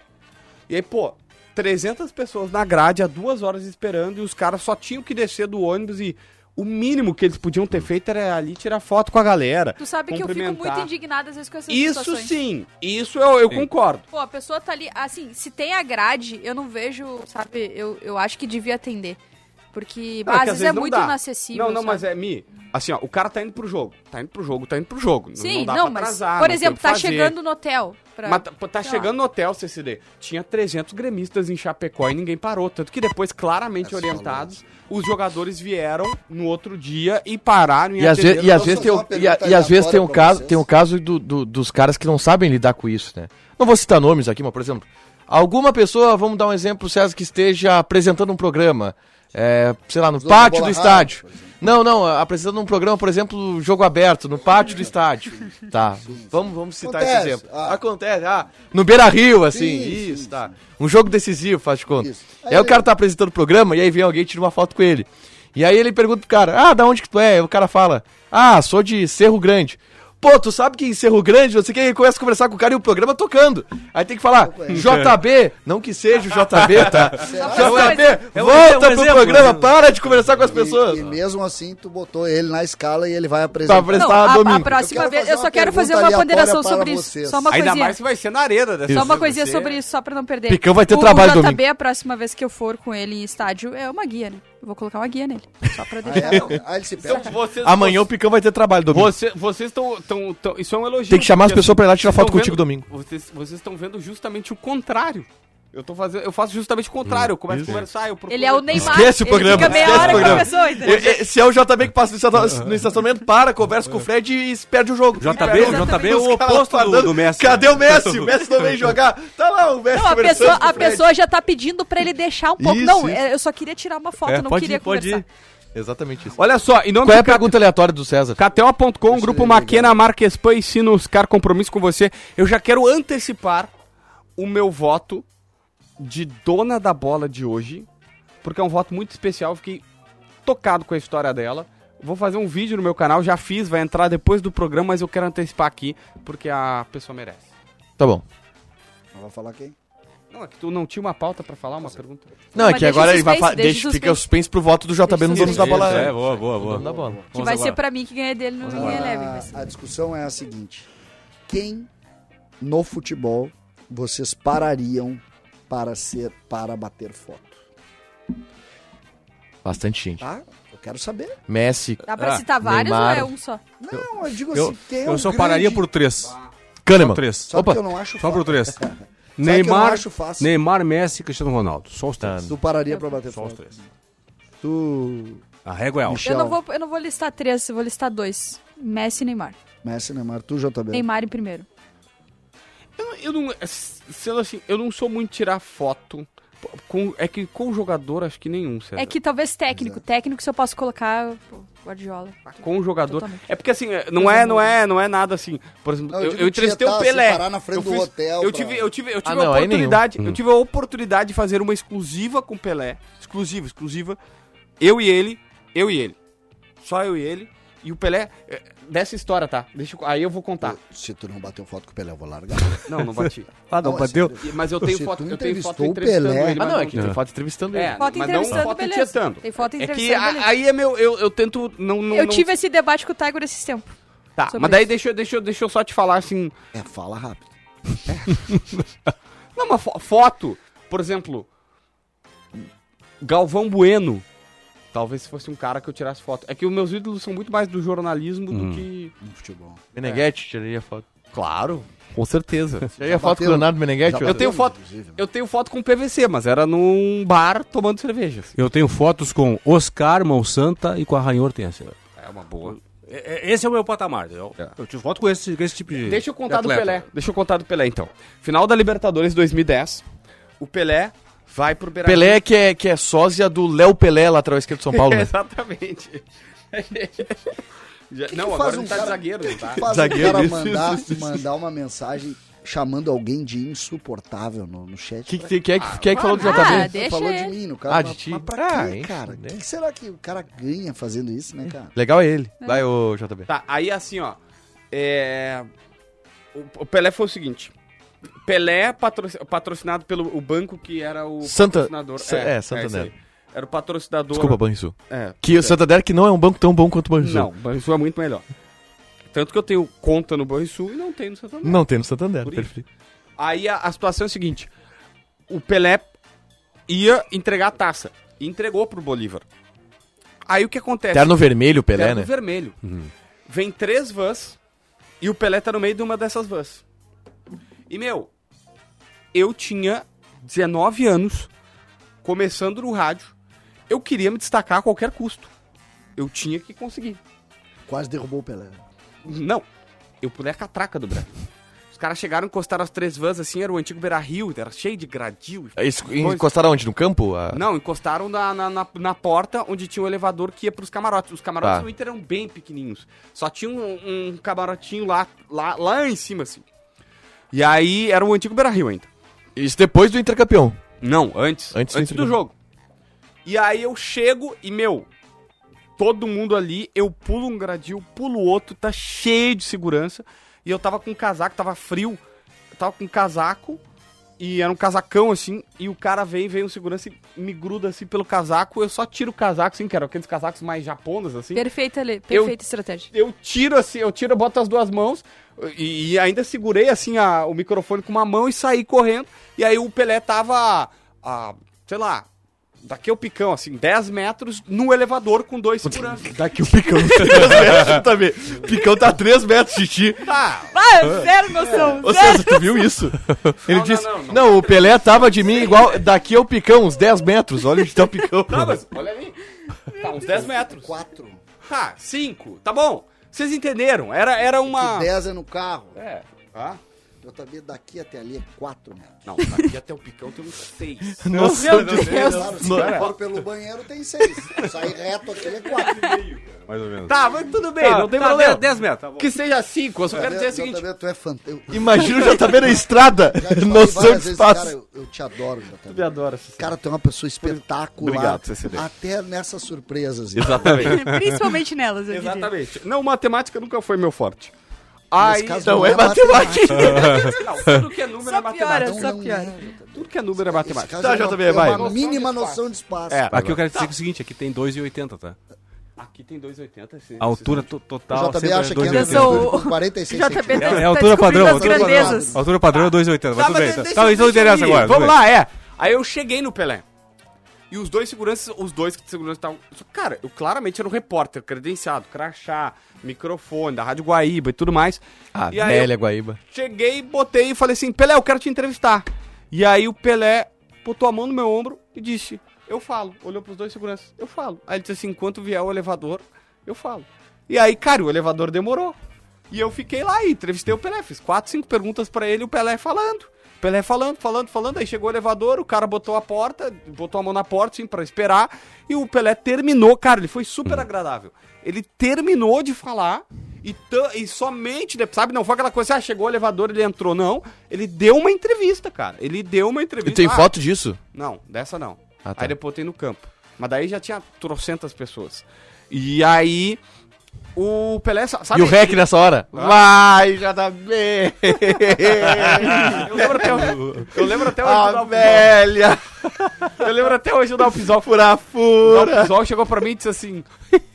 E aí, pô, 300 pessoas na grade há duas horas esperando e os caras só tinham que descer do ônibus e o mínimo que eles podiam ter feito era ali tirar foto com a galera. Tu sabe que eu fico muito cumprimentar. indignada às vezes com essas Isso situações. sim, isso eu, eu concordo. Pô, a pessoa tá ali, assim, se tem a grade, eu não vejo, sabe, eu, eu acho que devia atender. Porque Não, bah, que às vezes é não muito dá. inacessível. Não, não, mas sabe? é, Mi, assim, ó, o cara tá indo pro jogo. Tá indo pro jogo, tá indo pro jogo. Sim, não, dá não, pra mas. atrasar, não por tem o exemplo, que tá fazer. chegando no hotel. Pra... Mas tá, tá sei chegando no hotel, CCD. Tinha 300 gremistas em Chapecó e ninguém parou. Tanto que depois, claramente orientados, os jogadores vieram no outro dia e pararam. E às, ve- atenderam e às todos vezes os- tem, só o- uma e, a- pergunta e às vezes aleatória tem um pra caso, vocês. tem um caso do- do- dos caras que não sabem lidar com isso, né? Não vou citar nomes aqui, mas, por exemplo, alguma pessoa, vamos dar um exemplo, César, que esteja apresentando um programa, é, sei lá, no Usando pátio do bola estádio. rádio, por Não, não, apresentando um programa, por exemplo, jogo aberto, no pátio do estádio. Tá, vamos, vamos citar esse Acontece, exemplo. ah. Acontece, ah, no Beira-Rio, assim, Sim, sim, isso, tá. Um jogo decisivo, faz de conta. Isso. Aí o cara tá apresentando o programa e aí vem alguém e tira uma foto com ele. E aí ele pergunta pro cara, ah, da onde que tu é? E o cara fala, ah, sou de Cerro Grande. Pô, tu sabe que em Cerro Grande, você que começa a conversar com o cara e o programa tocando. Aí tem que falar, JB, não que seja o JB, tá? JB, É um- é um volta pro exemplo, programa, né? para de conversar com as E, pessoas. e mesmo assim, tu botou ele na escala e ele vai Tá apresentar. Não, apresentar a- a, domingo. próxima Eu quero vez. fazer Eu só uma quero fazer pergunta uma ponderação aleatória sobre para isso. vocês. Só uma Ainda coisinha. mais que vai ser na arena dessa Só uma vez, coisinha você- sobre isso, só pra não perder. Picão vai ter o trabalho JB, domingo. a próxima vez que eu for com ele em estádio, é uma guia, né? Eu vou colocar uma guia nele. Só pra Ah, deixar. é? Aí ele se Então, perde. vocês, Amanhã o Picão vai ter trabalho domingo. Vocês estão. isso é um elogio. Tem que chamar as porque, pessoas pra ir lá tirar vocês foto tão contigo vendo- domingo. Vocês estão vendo justamente o contrário. Eu, tô fazendo, eu faço justamente o Hum. contrário. eu começo a conversar, eu procuro. Ele é o Neymar. Esquece o programa, Ele fica meia esquece hora o com a programa. pessoa, Eu- entendeu? eu- Se é o JB que passa no estaciona- no estacionamento, para, conversa com o Fred e perde o jogo. JB, JB é o Os caras oposto do, falando, do Messi. né? Cadê o Messi? O Messi não vem jogar. Tá lá o Messi Não, a conversando pessoa, com o a Fred. pessoa já tá pedindo pra ele deixar um pouco. Isso, não, isso. é, eu só queria tirar uma foto, É, não pode queria ir, pode conversar. ir. Exatamente isso. Olha só, e não Qual é a pergunta aleatória do César? KTO.com, Grupo Maquena, Marquespan e Sinuscar, compromisso com você. Eu já quero antecipar o meu voto de dona da bola de hoje, porque é um voto muito especial, fiquei tocado com a história dela. Vou fazer um vídeo no meu canal, já fiz, vai entrar depois do programa, mas eu quero antecipar aqui, porque a pessoa merece. Tá bom. Não vai falar quem? Não, é que tu não tinha uma pauta pra falar, uma pergunta? Não, é Mas que deixa agora o ele vai suspense, falar. deixa o Deixa, fica suspense. suspense pro voto do JB no Deixa o dono da bola. Isso, é, É, boa, boa, dono da boa. bola. Que Vamos vai agora. ser pra mim que ganha dele no Linha é Leve. vai ser. Ah, A, a discussão é a seguinte: quem no futebol vocês parariam para ser para bater foto? Bastante gente. Tá? Eu quero saber. Messi, Dá pra Ah, citar vários Neymar. ou é um só? Não, eu digo Eu, assim, quem é eu o só grande- pararia por três. Kahneman. Só três. Só Opa. porque eu não acho Só por três. Neymar, que eu não Neymar, acho fácil. Neymar, Messi e Cristiano Ronaldo. Só os três. Tu pararia para bater Só os foto. três. Tu, A régua é alta. Michel, Eu, não vou, eu não vou listar três, eu vou listar dois. Messi e Neymar. Messi, Neymar, tu JB. Neymar em primeiro. Eu, não- eu não. Sendo assim, eu não sou muito tirar foto. Pô, Com, é que com o jogador, acho que nenhum, César. É que talvez técnico. Técnico, se eu posso colocar, pô, Guardiola. com o jogador. Totalmente. É porque assim, é, não é, não é, não é nada assim. Por exemplo, Não, eu eu, digo eu entrevistei o tietar, Pelé. se parar na frente eu do hotel tá. eu pra- tive, eu tive, eu tive Ah, não, a aí oportunidade, eu tive a oportunidade de fazer uma exclusiva com o Pelé, exclusiva, exclusiva. Eu e ele, eu e ele. Só eu e ele e o Pelé é, dessa história, tá? Deixa eu- aí eu vou contar. Se tu não bateu foto com o Pelé, eu vou largar. Não, não bati. Ah, não, Não, bateu. assim, E- Mas eu tenho Se foto, tu eu tenho foto entrevistou o entrevistando Pelé- ele, Ah, mas não, é que tem foto entrevistando ele. é, Foto mas não entrevistando, foto beleza. tietando. Tem foto É que entrevistando, a- beleza. aí é meu, eu, eu tento não, não eu não- tive esse debate com o Tiger esses tempos. tá, sobre mas daí isso. deixa, eu- deixa, eu- deixa eu só te falar assim, É, fala rápido. Não, mas fo- foto, por exemplo, Galvão Bueno. Talvez fosse um cara que eu tirasse foto. É que os meus ídolos são muito mais do jornalismo do que. No futebol. Meneghetti, tiraria foto. Claro, com certeza. Tiraria foto com bateu. o Leonardo Meneghetti? Já Eu ó. tenho foto, Inclusive, né? eu tenho foto com PVC, mas era num bar tomando cerveja. assim. Eu tenho fotos com Oscar, Monsanta e com a Rainha Hortência. É uma boa. É- é- Esse é o meu patamar. Eu, É. eu tive foto com esse, com esse tipo de. Deixa eu contar de do atleta. Pelé. Deixa eu contar do Pelé então. Final da Libertadores 2010. O Pelé vai pro Beira Pelé que é, que é sósia do Léo Pelé, lateral esquerdo de São Paulo, né? Exatamente. Já- que não, faz agora um ele tá de cara- zagueiro, não tá? Faz Zagueiro, o cara isso, mandar, mandar uma mensagem chamando alguém de insuportável no, no chat. Que, que, que é que, que, é que falou do JB? Ah, Ele deixa falou de ele. mim, no cara. Ah, mas- de ti. Mas pra Ah, quê, hein, cara? O né? que, que será que o cara ganha fazendo isso, né, cara? Legal é ele. Vai, ô JB. Tá, aí assim, ó. é, O, o Pelé foi o seguinte. Pelé patro- patrocinado pelo o banco que era o Santa- patrocinador. Sa- é, Santander. isso aí. Era o patrocinador. Desculpa, Banrisul. É. Que o Santander que não é um banco tão bom quanto o Banrisul. Não, o Banrisul é muito melhor. Tanto que eu tenho conta no Banrisul e não tenho no Santander. Não tem no Santander, Por isso. perfeito. Aí a, a situação é a seguinte: o Pelé ia entregar a taça. E entregou pro Bolívar. Aí o que acontece? Terno vermelho, Pelé, Terno né? vermelho. Vem três vans e o Pelé tá no meio de uma dessas vans. E, meu, eu tinha 19 anos, começando no rádio, eu queria me destacar a qualquer custo. Eu tinha que conseguir. Quase derrubou o Pelé. Não, eu pulei a catraca do Brasil. Os caras chegaram, encostaram as três vans assim, era o antigo Beira Rio, era cheio de gradil. e Eles encostaram onde? No campo? Ah, não, encostaram na, na, na- na porta onde tinha um elevador que ia pros camarotes. Os camarotes Tá. do Inter eram bem pequenininhos. Só tinha um, um camarotinho lá, lá, lá em cima, assim. E aí era o antigo Beira Rio ainda. Isso depois do Intercampeão. Não, antes. Antes Antes, do do Inter- jogo. E aí eu chego e, meu, todo mundo ali, eu pulo um gradil, pulo outro, tá cheio de segurança. E eu tava com um casaco, tava frio, eu tava com um casaco, e era um casacão assim, e o cara vem, vem um segurança e me gruda assim pelo casaco, eu só tiro o casaco, assim, que eram aqueles casacos mais japonas, assim. Perfeita, le- perfeita estratégia. Eu tiro assim, eu tiro, boto as duas mãos e, e ainda segurei assim a- o microfone com uma mão e saí correndo. E aí o Pelé tava, a- a, sei lá, daqui ao picão, assim, 10 metros no elevador com dois seguranças. Daqui o Picão. também. Picão tá a 3 metros de ti. Ah, Ah, zero noção! Ô César, tu viu isso? Ele não, disse: não, não, não. o Pelé tava de mim igual. Daqui é o Picão, uns 10 metros. Olha onde tá o Picão. tá, mas olha ali. Tá, uns 10 metros. Quatro. Tá, 5. Tá bom. Vocês entenderam? Era, era uma. Ah. Que dez é no carro. É. Ah, Eu também daqui até ali é quatro metros. não, daqui até o picão tem uns Tá 6. Nossa, Meu Deus. Deus. Claro, se eu for pelo banheiro tem seis. Sair reto aqui é quatro. Mais ou menos. Tá, mas tudo bem, não tem tá, problema. 10 metros, tá bom. Que seja 5, eu só quero dizer o Eu seguinte. também, tu é fant... eu- Imagina o JB na estrada. Já te falei Noção várias de vezes, espaço. Cara, eu, eu te adoro, Eu JB. me adoro essa Cara, tu é uma pessoa espetacular. Obrigado, CCD. Até nessas surpresas. Exatamente. Principalmente nelas, eu diria. Exatamente. Não, matemática nunca foi meu forte. Aí, caso, Não Não é é matemática. não, tudo que é número é Só piora, matemática. só piora. Tudo que é número é matemática. Tá, já JB, é vai. uma mínima noção de espaço. É. Aqui eu quero Tá. dizer o seguinte, aqui tem 2,80, tá? Aqui tem 2,80. esse- A altura to- O total JB sempre acha que é Eu 2,80. sou o- com 46 JB centímetros. tá, É a tá altura padrão, descobrindo as altura padrão. grandezas. A altura padrão é 2,80, mas Tá, tudo mas bem. deixa- Tá, isso não deixa eu interessa ir. agora. Vamos lá, é. Aí eu cheguei no Pelé. E os dois seguranças, os dois que seguranças estavam. Cara, eu claramente era um repórter credenciado, crachá, microfone, da Rádio Guaíba e tudo mais. Ah, e aí eu Nélia Guaíba. Cheguei, botei e falei assim: Pelé, eu quero te entrevistar. E aí o Pelé botou a mão no meu ombro e disse: Eu falo. Olhou pros dois seguranças: Eu falo. Aí ele disse assim: Enquanto vier o elevador, eu falo. E aí, cara, o elevador demorou. E eu fiquei lá e entrevistei o Pelé. Fiz quatro, cinco perguntas pra ele e o Pelé falando. Pelé falando, falando, falando. Aí chegou o elevador, o cara botou a porta, botou a mão na porta, assim, pra esperar. E o Pelé terminou, cara, ele foi Hum. super agradável. Ele terminou de falar e, ta- e somente, de- sabe, não foi aquela coisa, ah, chegou o elevador, ele entrou, não. Ele deu uma entrevista, cara. Ele deu uma E entrevista. tem Ah, foto disso? Não, dessa não. Ah, tá. Aí depois tem no campo. Mas daí já tinha trocentas pessoas. E aí, o Pelé, sa- sabe... E o rec nessa hora? Tá? Vai, JB! Eu lembro até hoje. Eu lembro até hoje do A Dalpisol. velha! Eu lembro até hoje do Dalpisol. O Furafura! Dalpisol chegou pra mim e disse assim: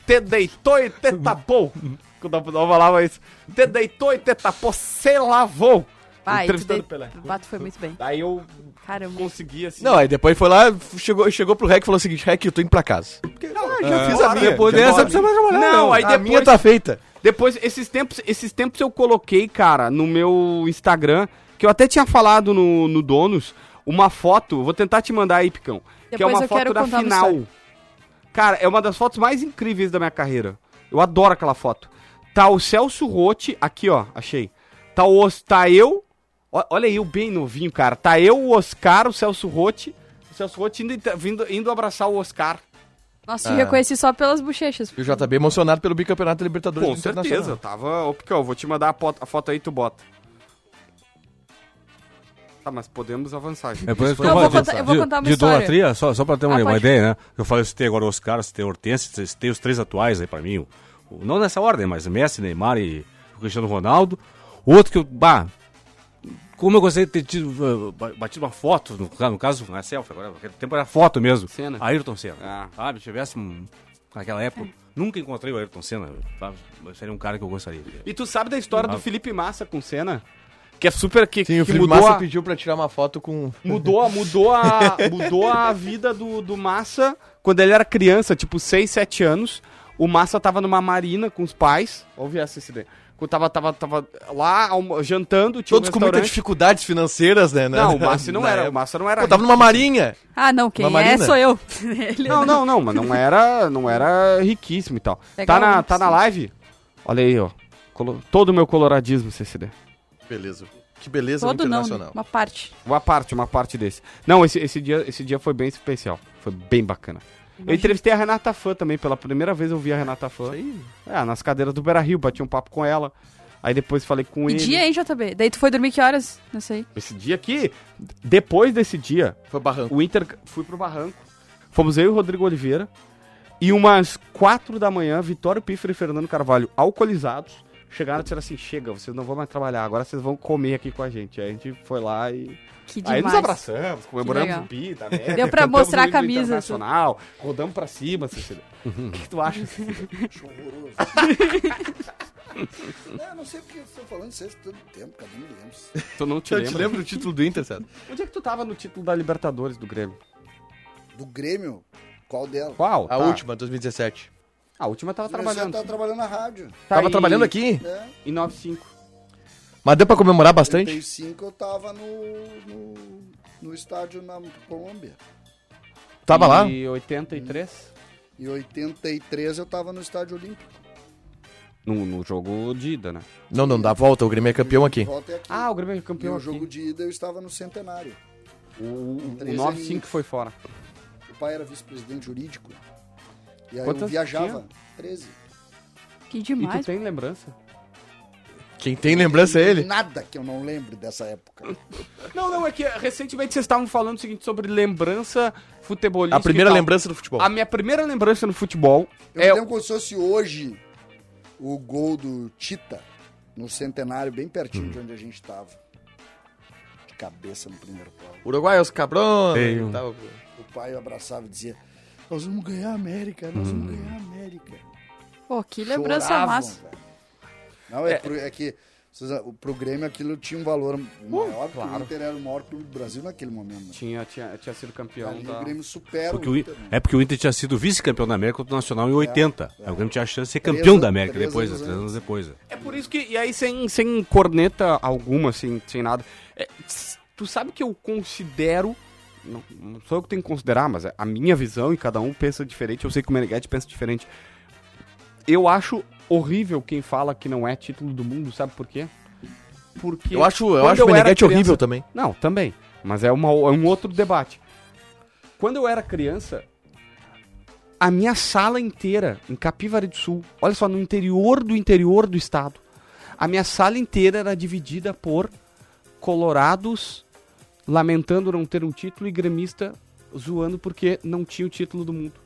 Te deitou e te tapou. Que o Dalpisol falava isso. Te deitou e te tapou, se lavou. Vai, tu Entrevistando de... o Pelé. o Bato foi muito bem. Daí eu Caramba. consegui assim. Não, aí depois foi lá, chegou, chegou pro rec e falou o seguinte: rec, eu tô indo pra casa. Ah, Ah, já fiz a minha. Depois Já dessa, dorme. precisa mais trabalhar. Não, aí a depois- minha tá feita. Depois, esses tempos, esses tempos eu coloquei, cara, no meu Instagram, que eu até tinha falado no, no Donos, uma foto, vou tentar te mandar aí, Picão, que é Depois uma eu quero foto da contar uma final. história. Cara, é uma das fotos mais incríveis da minha carreira. Eu adoro aquela foto. Tá o Celso Rotti, aqui ó, achei. Tá o Os- tá eu, ó- olha eu bem novinho, cara. Tá eu, o Oscar, o Celso Rotti, o Celso Rotti indo, vindo- indo abraçar o Oscar. Nossa, te reconheci só pelas bochechas. E o JB emocionado pelo bicampeonato Libertadores Com certeza, eu tava. Ô, Picão, vou te mandar a, pot- a foto aí, tu bota. Tá, mas podemos avançar. gente. É por isso que Não, eu falo vou de- contar- eu vou de- contar uma de história. idolatria, só, só pra ter uma, Ah, uma pode. ideia, né? Eu falei, você tem agora os caras, você tem Hortense, você tem os três atuais aí pra mim. o- o- não nessa ordem, mas Messi, Neymar e o Cristiano Ronaldo. O outro que eu. Bah, como eu gostaria de ter tido, uh, ba- batido uma foto, no, ca- no caso, não é selfie, agora, naquele tempo era foto mesmo. Senna. Ayrton Senna. Ah. Sabe, se tivesse um- naquela época. Nunca encontrei o Ayrton Senna, sabe? Seria um cara que eu gostaria. E tu sabe da história do Felipe Massa com Senna? Que é super. Que, Sim, o que Felipe mudou, Massa a, pediu pra tirar uma foto com. mudou, a- mudou a. Mudou a vida do, do Massa quando ele era criança, tipo 6, 7 anos, o Massa tava numa marina com os pais. Ouvi essa incidente. Quando Tava, tava, tava lá almo- jantando, tinha um Todos com muitas restaurante. dificuldades financeiras, né? na- Não, o na- Massa não na era. O época. Massa não era. Pô, tava numa marinha. Ah, não, quem Uma é Marina? sou eu. Ele é Não, não, não, mas não era, não era riquíssimo e tal. Legal, né? tá na, não tá na precisa. live? Olha aí, ó. Colo- Todo o meu coloradismo, CCD. Beleza. Que beleza Todo não, né? internacional. uma parte. Uma parte, uma parte desse. Não, esse, esse, dia, esse dia foi bem especial. Foi bem bacana. Eu entrevistei a Renata Fã também, pela primeira vez eu vi a Renata Fã. É, nas cadeiras do Beira Rio, bati um papo com ela. Aí depois falei com Que ele. dia, hein, JB? Daí tu foi dormir que horas? Não sei. Esse dia aqui, depois desse dia, Foi barranco. o Inter fui pro barranco. Fomos eu e o Rodrigo Oliveira. E umas quatro da manhã, Vitório Piffer e Fernando Carvalho, alcoolizados, chegaram e disseram assim: chega, vocês não vão mais trabalhar, agora vocês vão comer aqui com a gente. Aí a gente foi lá e. Que Aí demais. nos abraçamos, comemoramos legal. o bi da América, Deu pra cantamos mostrar o a hino do camisa, assim. Internacional, rodamos pra cima, Cecília. O que, que tu acha? Cecília? É, eu não sei porque vocês estão falando isso há tanto tempo, cara, não me lembro. tu não te Eu te lembra? lembro do título do Inter, certo? Onde é que tu tava no título da Libertadores do Grêmio? Do Grêmio, qual dela? Qual? A Tá. Ah, última, 2017. A última tava Você trabalhando. tá trabalhando na rádio, Tá tava em- trabalhando aqui, né? Em 95. mas deu pra comemorar Em bastante. 35 eu tava no, no, no estádio na Colômbia. Tava lá. Em 83. Em 83 eu tava no estádio olímpico. No, no jogo de ida, né? Não, não, dá a volta, o Grêmio é campeão aqui. Volta é aqui. Ah, o Grêmio é e campeão o aqui. jogo de ida eu estava no centenário. O, o, o Três 95 aninhos. foi fora. O pai era vice-presidente jurídico. E aí eu Quantas viajava. 13. Que E tu demais. tem lembrança? Quem tem lembrança é ele. Nada que eu não lembre dessa época. Não, não, é que recentemente vocês estavam falando o seguinte sobre lembrança futebolística. A e primeira tal. lembrança é do futebol. tá. A minha primeira lembrança no futebol Eu é. me lembro como se fosse hoje o gol do Tita no centenário, bem Hum. pertinho de onde a gente estava. De cabeça no primeiro pau. Uruguai, é os cabrões. Tem um- O pai abraçava e dizia: Nós vamos ganhar a América, nós vamos Hum. ganhar a América. Pô, que lembrança Choravam, massa. velho. Não, é, pro- é que vocês- pro Grêmio aquilo tinha um Uh, valor maior, porque o Inter era o maior clube do Brasil naquele momento. né? Tinha, tinha, tinha sido campeão tá. Ali da. o Grêmio supera Porque o o, I- Inter. né? é porque o Inter tinha sido vice-campeão da América contra o Nacional em 80. Aí O Grêmio tinha a chance de ser É, Três campeão anos- da América três depois, né? anos três anos depois. né? É por isso que. E aí, sem, sem corneta alguma, sem, sem nada. É, tss, tu sabe que eu considero. Não, não sou eu que tenho que considerar, mas é a minha visão e cada um pensa diferente. Eu sei que o Meneghetti pensa diferente. Eu acho horrível quem fala que não é título do mundo, sabe por quê? Porque. Eu acho, eu quando acho o era Meneghete criança- horrível também. Não, também. Mas é, uma, é um outro debate. Quando eu era criança, a minha sala inteira, em Capivari do Sul, olha só, no interior do interior do estado, a minha sala inteira era dividida por colorados lamentando não ter um título e gremista zoando porque não tinha o título do mundo.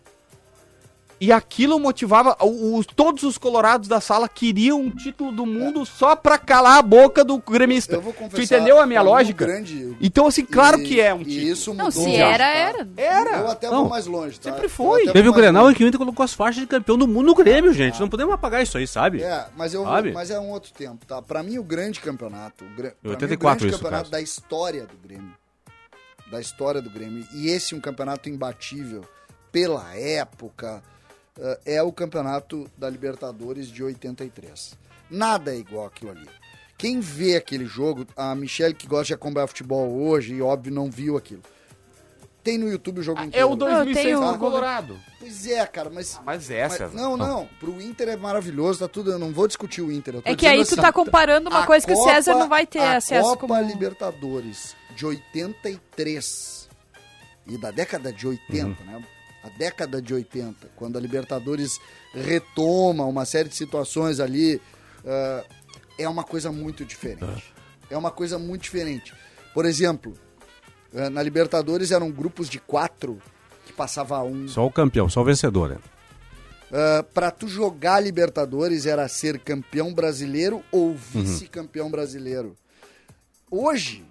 E aquilo motivava. o- os- todos os colorados da sala queriam um título do mundo só pra calar a boca do gremista. Eu vou Tu confessar, entendeu a minha pra mim, o lógica? Grande, Então, assim, claro e- que é um e título. Isso mudou Não, se já, era, tá? era. Era. Eu até Não. vou mais longe, tá? Sempre Eu foi. até Teve o vou mais Grenal longe. em que o Inter colocou as faixas de campeão do mundo no Grêmio, gente. Não podemos apagar isso aí, sabe? É, mas, eu, Sabe? mas é um outro tempo, tá? Pra mim, o grande campeonato, o, gra- pra mim, o 84 grande isso, campeonato caso. da história do Grêmio, da história do Grêmio, e esse é um campeonato imbatível pela época, eh, é o campeonato da Libertadores de 83. Nada é igual aquilo ali. Quem vê aquele jogo, a Michelle que gosta de acompanhar futebol hoje, e óbvio não viu aquilo. Tem no YouTube o jogo É inteiro. o Eu 2006 tenho- um do Colorado. Pois é, cara, mas... Mas mas- não, não. Pro Inter é maravilhoso, tá tudo. Eu não vou discutir o Inter. eu tô É que aí dizendo tu assim, tá comparando uma a coisa que o César Copa- não vai ter a acesso Copa como... Libertadores de 83 e da década de 80, né? A década de 80, quando a Libertadores retoma uma série de situações ali, ah, é uma coisa muito diferente. É uma coisa muito diferente. Por exemplo, ah, na Libertadores eram grupos de quatro que passava um. Só o campeão, só o vencedor, né? Ah, pra tu jogar Libertadores era ser campeão brasileiro ou vice-campeão brasileiro. Hoje,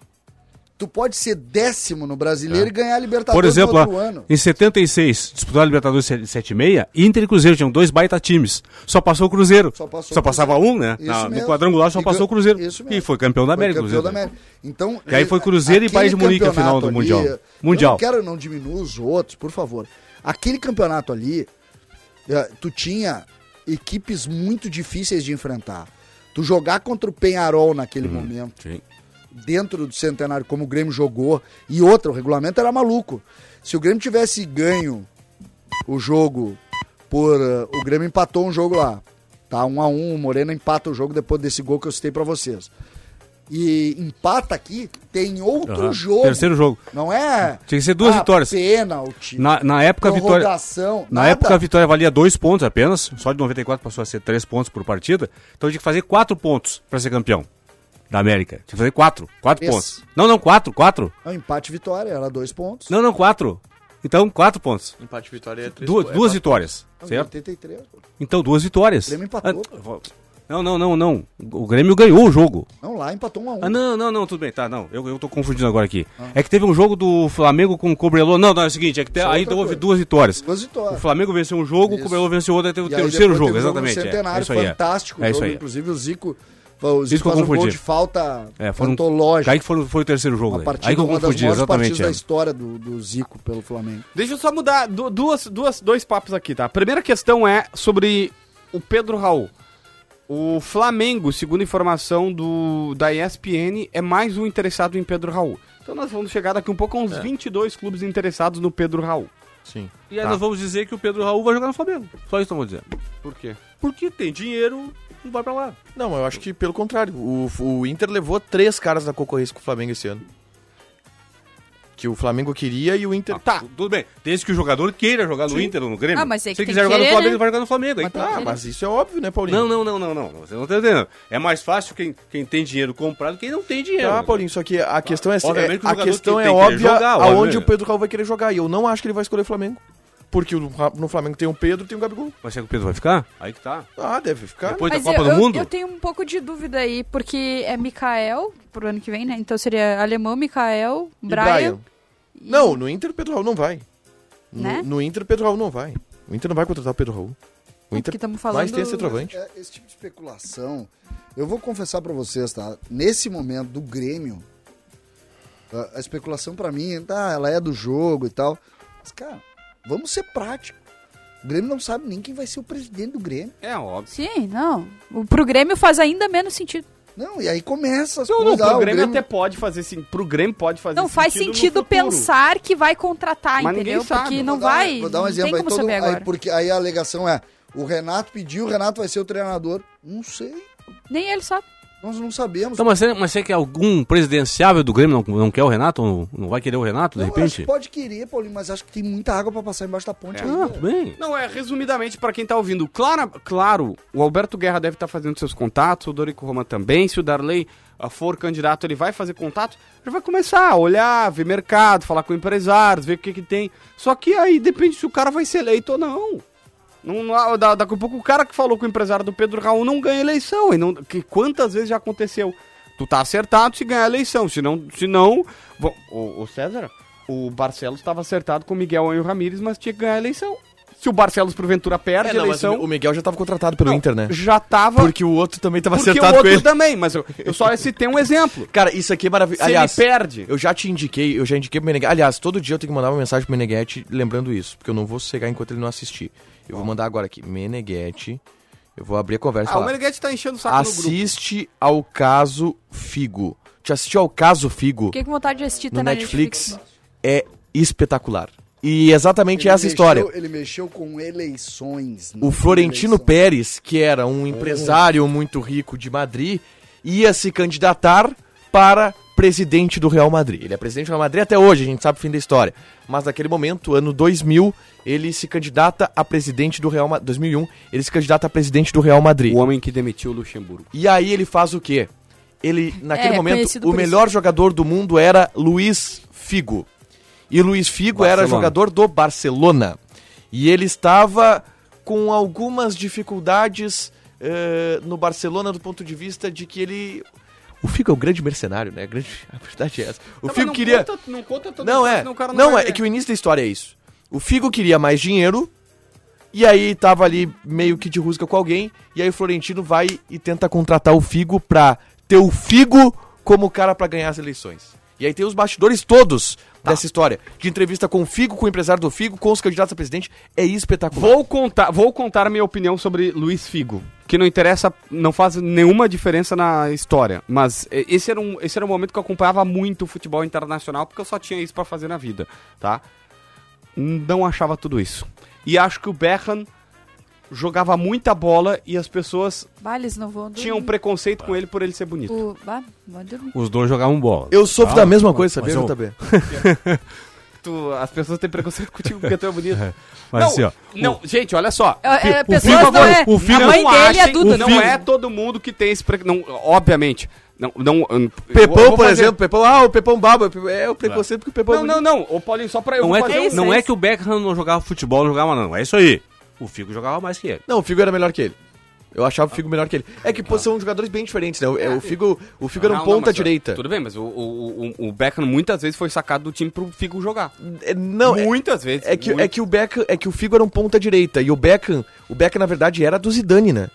tu pode ser décimo no brasileiro e ganhar Libertadores É. Por exemplo, no outro lá, um ano. em 76, disputaram a Libertadores 76, Inter e Cruzeiro tinham dois baita times. Só passou o Cruzeiro. Só passou o passava um, né? Isso Na- no mesmo. quadrangular só E passou gan- o Cruzeiro. Isso mesmo. E foi campeão da Foi América, campeão Cruzeiro. da América. Então, Que aí foi Cruzeiro e aquele Bayern de Munique na final do campeonato Mundial. eu Mundial. Não quero não diminuir os outros, por favor. Aquele campeonato ali, eh, tu tinha equipes muito difíceis de enfrentar. Tu jogar contra o Penharol Uhum. naquele momento, sim. dentro do centenário, como o Grêmio jogou, e outra, o regulamento era maluco. Se o Grêmio tivesse ganho o jogo por. eh, o Grêmio empatou um jogo lá. Tá, um a um, o Moreno empata o jogo depois desse gol que eu citei pra vocês. E empata aqui, tem outro Aham. jogo. Terceiro jogo. Não é. Tinha que ser duas vitórias. Pênalti. Na, na época a vitória. prorrogação, Na nada. época a vitória valia dois pontos apenas, só de 94 passou a ser três pontos por partida, então tinha que fazer quatro pontos pra ser campeão da América. Tinha que fazer quatro, quatro Esse. pontos. Não, não, quatro, quatro. Não, empate e vitória, era dois pontos. Não, não, quatro. Então, quatro pontos. Empate vitória é três Duas, duas vitórias, Não, certo? 83. pô. Então, duas vitórias. O Grêmio empatou. Ah, vo- não, não, não, não. O Grêmio ganhou o jogo. Não, lá empatou um a um. Ah, não, não, não, tudo bem, tá, não. Eu, eu tô confundindo agora aqui. É que teve um jogo do Flamengo com o Cobreloa. Não, não, é o seguinte, é que te- Ah. Isso é aí outra houve coisa. duas vitórias. Duas vitórias. O Flamengo venceu um jogo, Isso. o Cobreloa venceu outro, aí teve o E aí terceiro depois jogo, teve o no exatamente. é. centenário, é, isso aí. é. fantástico. um É jogo, isso aí. Inclusive o Zico, o Isso Zico que eu faz um gol confundi. de falta É, foi, um, antológica. aí que foi, foi o terceiro jogo. Uma né? partida, Aí que eu uma das confundi, maiores partidas exatamente. da é. história do, do Zico pelo Flamengo. Deixa eu só mudar du- duas, duas, dois papos aqui, tá? A primeira questão é sobre o Pedro Raul. O Flamengo, segundo informação do, da ESPN, é mais um interessado em Pedro Raul. Então nós vamos chegar daqui um pouco a uns 22 clubes interessados no Pedro Raul. Sim. E aí Tá. nós vamos dizer que o Pedro Raul vai jogar no Flamengo. Só isso que eu vou dizer. Por quê? Porque tem dinheiro, não vai pra lá. Não, eu acho que pelo contrário. O, o Inter levou três caras da concorrência com o Flamengo esse ano. Que o Flamengo queria e o Inter. Ah, Tá. Tudo bem, desde que o jogador queira jogar no Inter ou no Grêmio. Ah, mas é que Se tem quiser que jogar querer, no Flamengo, né? ele vai jogar no Flamengo. Aí, Mas tá, tem Ah, mas isso é óbvio, né, Paulinho? Não, não, não, não, não. Você não tá entendendo. É mais fácil quem, quem tem dinheiro comprado que quem não tem dinheiro. né? Tá, Paulinho, só que a questão é, Obviamente que o a jogador questão que é tem que querer óbvia jogar, né? aonde obviamente. o Pedro Raul vai querer jogar. E eu não acho que ele vai escolher o Flamengo. Porque o- no Flamengo tem o Pedro e tem o Gabigol. Mas será que o Pedro vai ficar? Aí que tá. Ah, deve ficar. Depois Mas da Copa eu, do eu- Mundo? eu tenho um pouco de dúvida aí, porque é Mikael pro ano que vem, né? Então seria alemão, Mikael, E Brian. e- Não, no Inter o Pedro Raul não vai. No, Né? no Inter o Pedro Raul não vai. O Inter não vai contratar o Pedro Raul. O É, Inter porque tamo mais falando- tem centroavante. É, esse tipo de especulação, eu vou confessar pra vocês, tá? Nesse momento do Grêmio, a, a especulação pra mim, tá, ela é do jogo e tal. Mas, cara, vamos ser práticos. O Grêmio não sabe nem quem vai ser o presidente do Grêmio. É óbvio. Sim, não. O, pro Grêmio faz ainda menos sentido. Não, e aí começa as Não, não, coisas. ah, pro o Grêmio, Grêmio- até pode fazer sim. Pro Grêmio pode fazer não faz no sentido futuro. pensar que vai contratar, Mas entendeu? ninguém sabe. Porque Vou não Vou dar um- vai. Vou dar um não exemplo tem aí, como todo, saber agora. aí, porque aí a alegação é: o Renato pediu, o Renato vai ser o treinador. Não sei, Nem ele sabe. nós não sabemos. Então, mas será, mas será que algum presidenciável do Grêmio não, não quer o Renato? Ou não vai querer o Renato, de Não, eu acho que repente? pode querer, Paulinho, mas acho que tem muita água pra passar embaixo da ponte Ah, ainda. tudo bem. Não, é, resumidamente, pra quem tá ouvindo, clara, claro, o Alberto Guerra deve estar fazendo seus contatos, o Dorico Roman também. Se o Darley ah, for candidato, ele vai fazer contato, ele vai começar a olhar, ver mercado, falar com empresários, ver o que que tem. Só que aí depende se o cara vai ser eleito ou não. Não, não- da- daqui a pouco o cara que falou com o empresário do Pedro Raul não ganha eleição. E não, que quantas vezes já aconteceu? Tu tá acertado se ganhar a eleição. Se não. Se não vo- o, o César, o Barcelos estava acertado com o Miguel e o Ramírez, mas tinha que ganhar a eleição. Se o Barcelos porventura perde É, a não, mas eleição. o Miguel já tava contratado pelo não, Inter, né? Já tava. Porque o outro também tava porque acertado o com outro ele. também, mas eu, eu só citei um exemplo. Cara, isso aqui é maravilhoso. Se Aliás, ele perde. eu já te indiquei, eu já indiquei pro Meneghetti. Aliás, todo dia eu tenho que mandar uma mensagem pro Meneghetti lembrando isso, porque eu não vou cegar enquanto ele não assistir. Eu vou mandar agora aqui. Meneghetti, eu vou abrir a conversa. e Ah, o falar. Meneghetti tá enchendo o saco no grupo. Assiste ao caso Figo. Te assistiu ao caso Figo Fiquei com vontade de assistir no tá na Netflix. É espetacular. E exatamente Ele essa mexeu- história. Ele mexeu com eleições. né? O Florentino Eleição. Pérez, que era um empresário muito rico de Madrid, ia se candidatar para presidente do Real Madrid. Ele é presidente do Real Madrid até hoje, a gente sabe o fim da história. Mas naquele momento, ano 2000, ele se candidata a presidente do Real Madrid. 2001, ele se candidata a presidente do Real Madrid. O homem que demitiu o Luxemburgo. E aí ele faz o quê? Ele, naquele É, momento, conhecido o por melhor jogador do mundo era Luiz Figo. E Luiz Figo era Barcelona. jogador do Barcelona. E ele estava com algumas dificuldades eh, no Barcelona do ponto de vista de que ele. O Figo é um grande mercenário, né? Grande... A verdade é essa. O Figo queria. Conta, não conta todo Não mundo, é. senão o cara Não vai é. ver. É que o início da história é isso. O Figo queria mais dinheiro. E aí tava ali meio que de rusga com alguém. E aí o Florentino vai e tenta contratar o Figo pra ter o Figo como cara pra ganhar as eleições. E aí tem os bastidores todos Tá. dessa história. De entrevista com o Figo, com o empresário do Figo, com os candidatos a presidente. É espetacular. Vou contar, vou contar a minha opinião sobre Luiz Figo, que não interessa, não faz nenhuma diferença na história, mas eh, esse era um, esse era um momento que eu acompanhava muito o futebol internacional, porque eu só tinha isso pra fazer na vida, tá? Não achava tudo isso. E acho que o Beckham jogava muita bola e as pessoas Bah, eles não vão dormir. tinham um preconceito com ele por ele ser bonito. O... Bah, vão dormir. Os dois jogavam bola. Eu sofro da mesma coisa, sabia, mas eu- JB? Tu- as pessoas têm preconceito contigo porque tu é bonito. Mas não, assim, ó. não, gente, olha só. É, é, o pessoas Figo não agora- é... o Figo- a mãe não dele é achem- Duda. Não é todo mundo que tem esse preconceito. Obviamente. Não, não, eu- eu Pepão, vou por fazer- exemplo, Pepão, ah, o Pepão baba, é o preconceito porque o Pepão Não, não, não. Ô, Paulinho, só pra eu Não, vou é, fazer que, um- não é que o Beckham não jogava futebol, não jogava, não. É isso aí. O Figo jogava mais que ele. Não, o Figo era melhor que ele. Eu achava o Ah. Figo melhor que ele. É que pô, são jogadores bem diferentes, né? O, é, o Figo, o Figo era um Não, não, ponta mas, direita. Tudo bem, mas o, o, o, o Beckham muitas vezes foi sacado do time pro Figo jogar. É, não, é- muitas vezes. é, que, é muito. que o Beckham, é que o Figo era um ponta direita e o Beckham, o Beckham na verdade era do Zidane, né?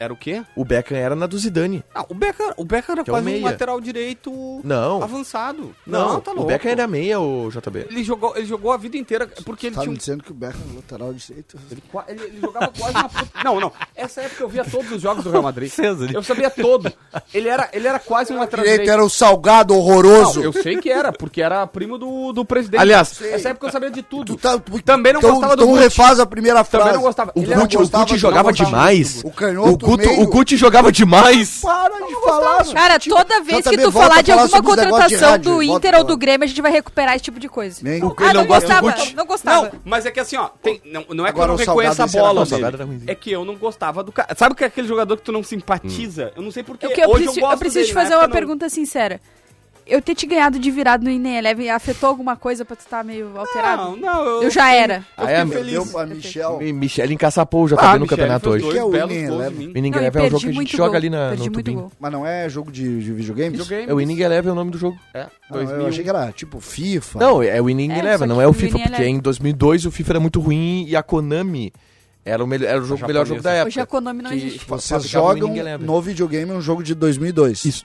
Era o quê? O Beckham era na do Zidane. Ah, o Beckham, o Beckham era Que é o quase um meia. lateral direito Não. avançado. Não, Ah, tá o louco. Beckham era meia, o JB. Ele jogou, ele jogou a vida inteira porque ele Tá tinha um me dizendo que o Beckham é lateral direito. Qua- Ele, ele jogava quase na puta. Não, não. Essa época eu via todos os jogos do Real Madrid. César. Eu sabia todo. Ele era, ele era quase um lateral Direito é. direito. era o salgado Não, horroroso. eu sei que era, porque era primo do, do presidente. Aliás, essa época eu sabia de tudo. Tu tá- tu- Também não então- gostava do então Guti. refaz a primeira frase. Também não gostava. O Ele era um Guti, o gostava Guti do- jogava não gostava demais. O O canhoto Guto, meio. o Guti jogava demais. Para de falar. Cara, toda vez Então que também tu volta falar a de falar alguma sobre os negócios de contratação rádio, do volta Inter a ou do falar. Grêmio, a gente vai recuperar esse tipo de coisa. Nem- Ele não gosta do gostava, Guti. não gostava. Não, mas é que assim, ó, tem- não, não é Agora o que eu não reconheço a bola Salgado, esse era- não, o Salgado era dele. ruimzinho. É que eu não gostava do cara. Sabe que é aquele jogador que tu não simpatiza? Eu não sei porquê. Eu, que- eu Hoje preciso, eu gosto eu preciso te dele, né? na fazer uma época não. pergunta sincera. Eu ter te ganhado de virado no Inem Eleven afetou alguma coisa pra tu estar meio Não, alterado? não. Eu já era. Eu Ah, fiquei é, meu feliz. Perdeu pra Michel. E Michel encaçapou o JB Ah, no Michele campeonato fez hoje. dois Que é o belos Inning gols em Eleven. mim. Winning Não, e Eleven é um perdi jogo que a gente muito joga gol, ali na, perdi no muito tubinho. gol. Mas não é jogo de, de videogame? Videogame. É o Winning Eleven é o nome do jogo. É, Ah, eu 2001. achei que era tipo FIFA. um. Não, é o Winning É, só Eleven, não que é o o FIFA, Winning porque Eleven- em 2002 o FIFA era muito ruim e a Konami era o, melhor, era o, jogo, melhor jogo da época. Hoje a Konami não Que existe. fa- Vocês fabricava o jogam Winning Eleven. no videogame um jogo de 2002. Isso.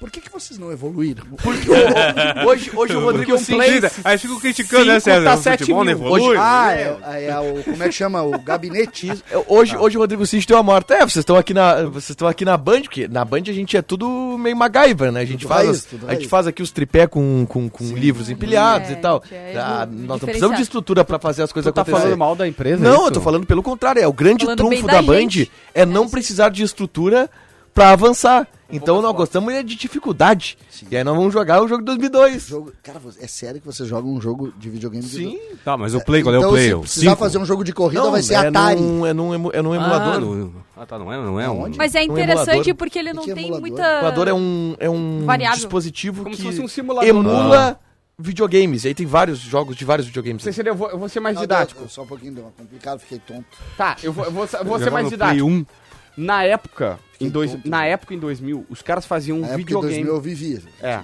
Por que, que vocês não evoluíram? assim. Hoje, hoje o Rodrigo um Sintra... Aí ficam criticando, né, César? O Tá futebol futebol não evolui. Ah, é, é, o. Como é que chama? O gabinetismo. Hoje, hoje o Rodrigo Sintra deu a morta. É, vocês estão aqui na, vocês estão aqui na Band, porque na Band a gente é tudo meio MacGyver, né? A gente Tudo faz, raiz, as- tudo a gente raiz. faz aqui os tripé com, com, com livros empilhados É, e tal. que é Ah, nós não um precisamos diferenciado. de estrutura pra fazer as coisas Tu tá acontecerem. falando mal da empresa? é Não, eu tô isso? falando pelo contrário. É o grande Falando bem trunfo da da, Band gente. é não precisar de estrutura pra avançar. Então nós gostamos é de dificuldade. E aí nós vamos jogar o jogo de 2002. Jogo- Cara, vo- é sério que vocês jogam um jogo de videogame? de- Sim. Tá, mas o play, qual é então, o play? Se O precisar cinco? fazer um jogo de corrida, vai ser é Atari. Num, é num, emu- é num emulador. Ah, não- Ah, tá, não é, não é um... Aonde? Mas é Um interessante emulador. porque ele O não que é tem emulador? muita... O emulador é um, é um Variável. dispositivo Como que se fosse um simulador. emula Ah. videogames. E aí tem vários jogos de vários videogames. Cecília, eu vou, eu vou ser mais Não, didático. deu- só um pouquinho, deu uma complicada, fiquei tonto. Tá, eu vou, eu vou, eu vou ser Jogava no Play mais didático. 1. Na época, em dois, tonto, na né? época em 2000, os caras faziam um Na época de videogame. 2000 eu vivia. É.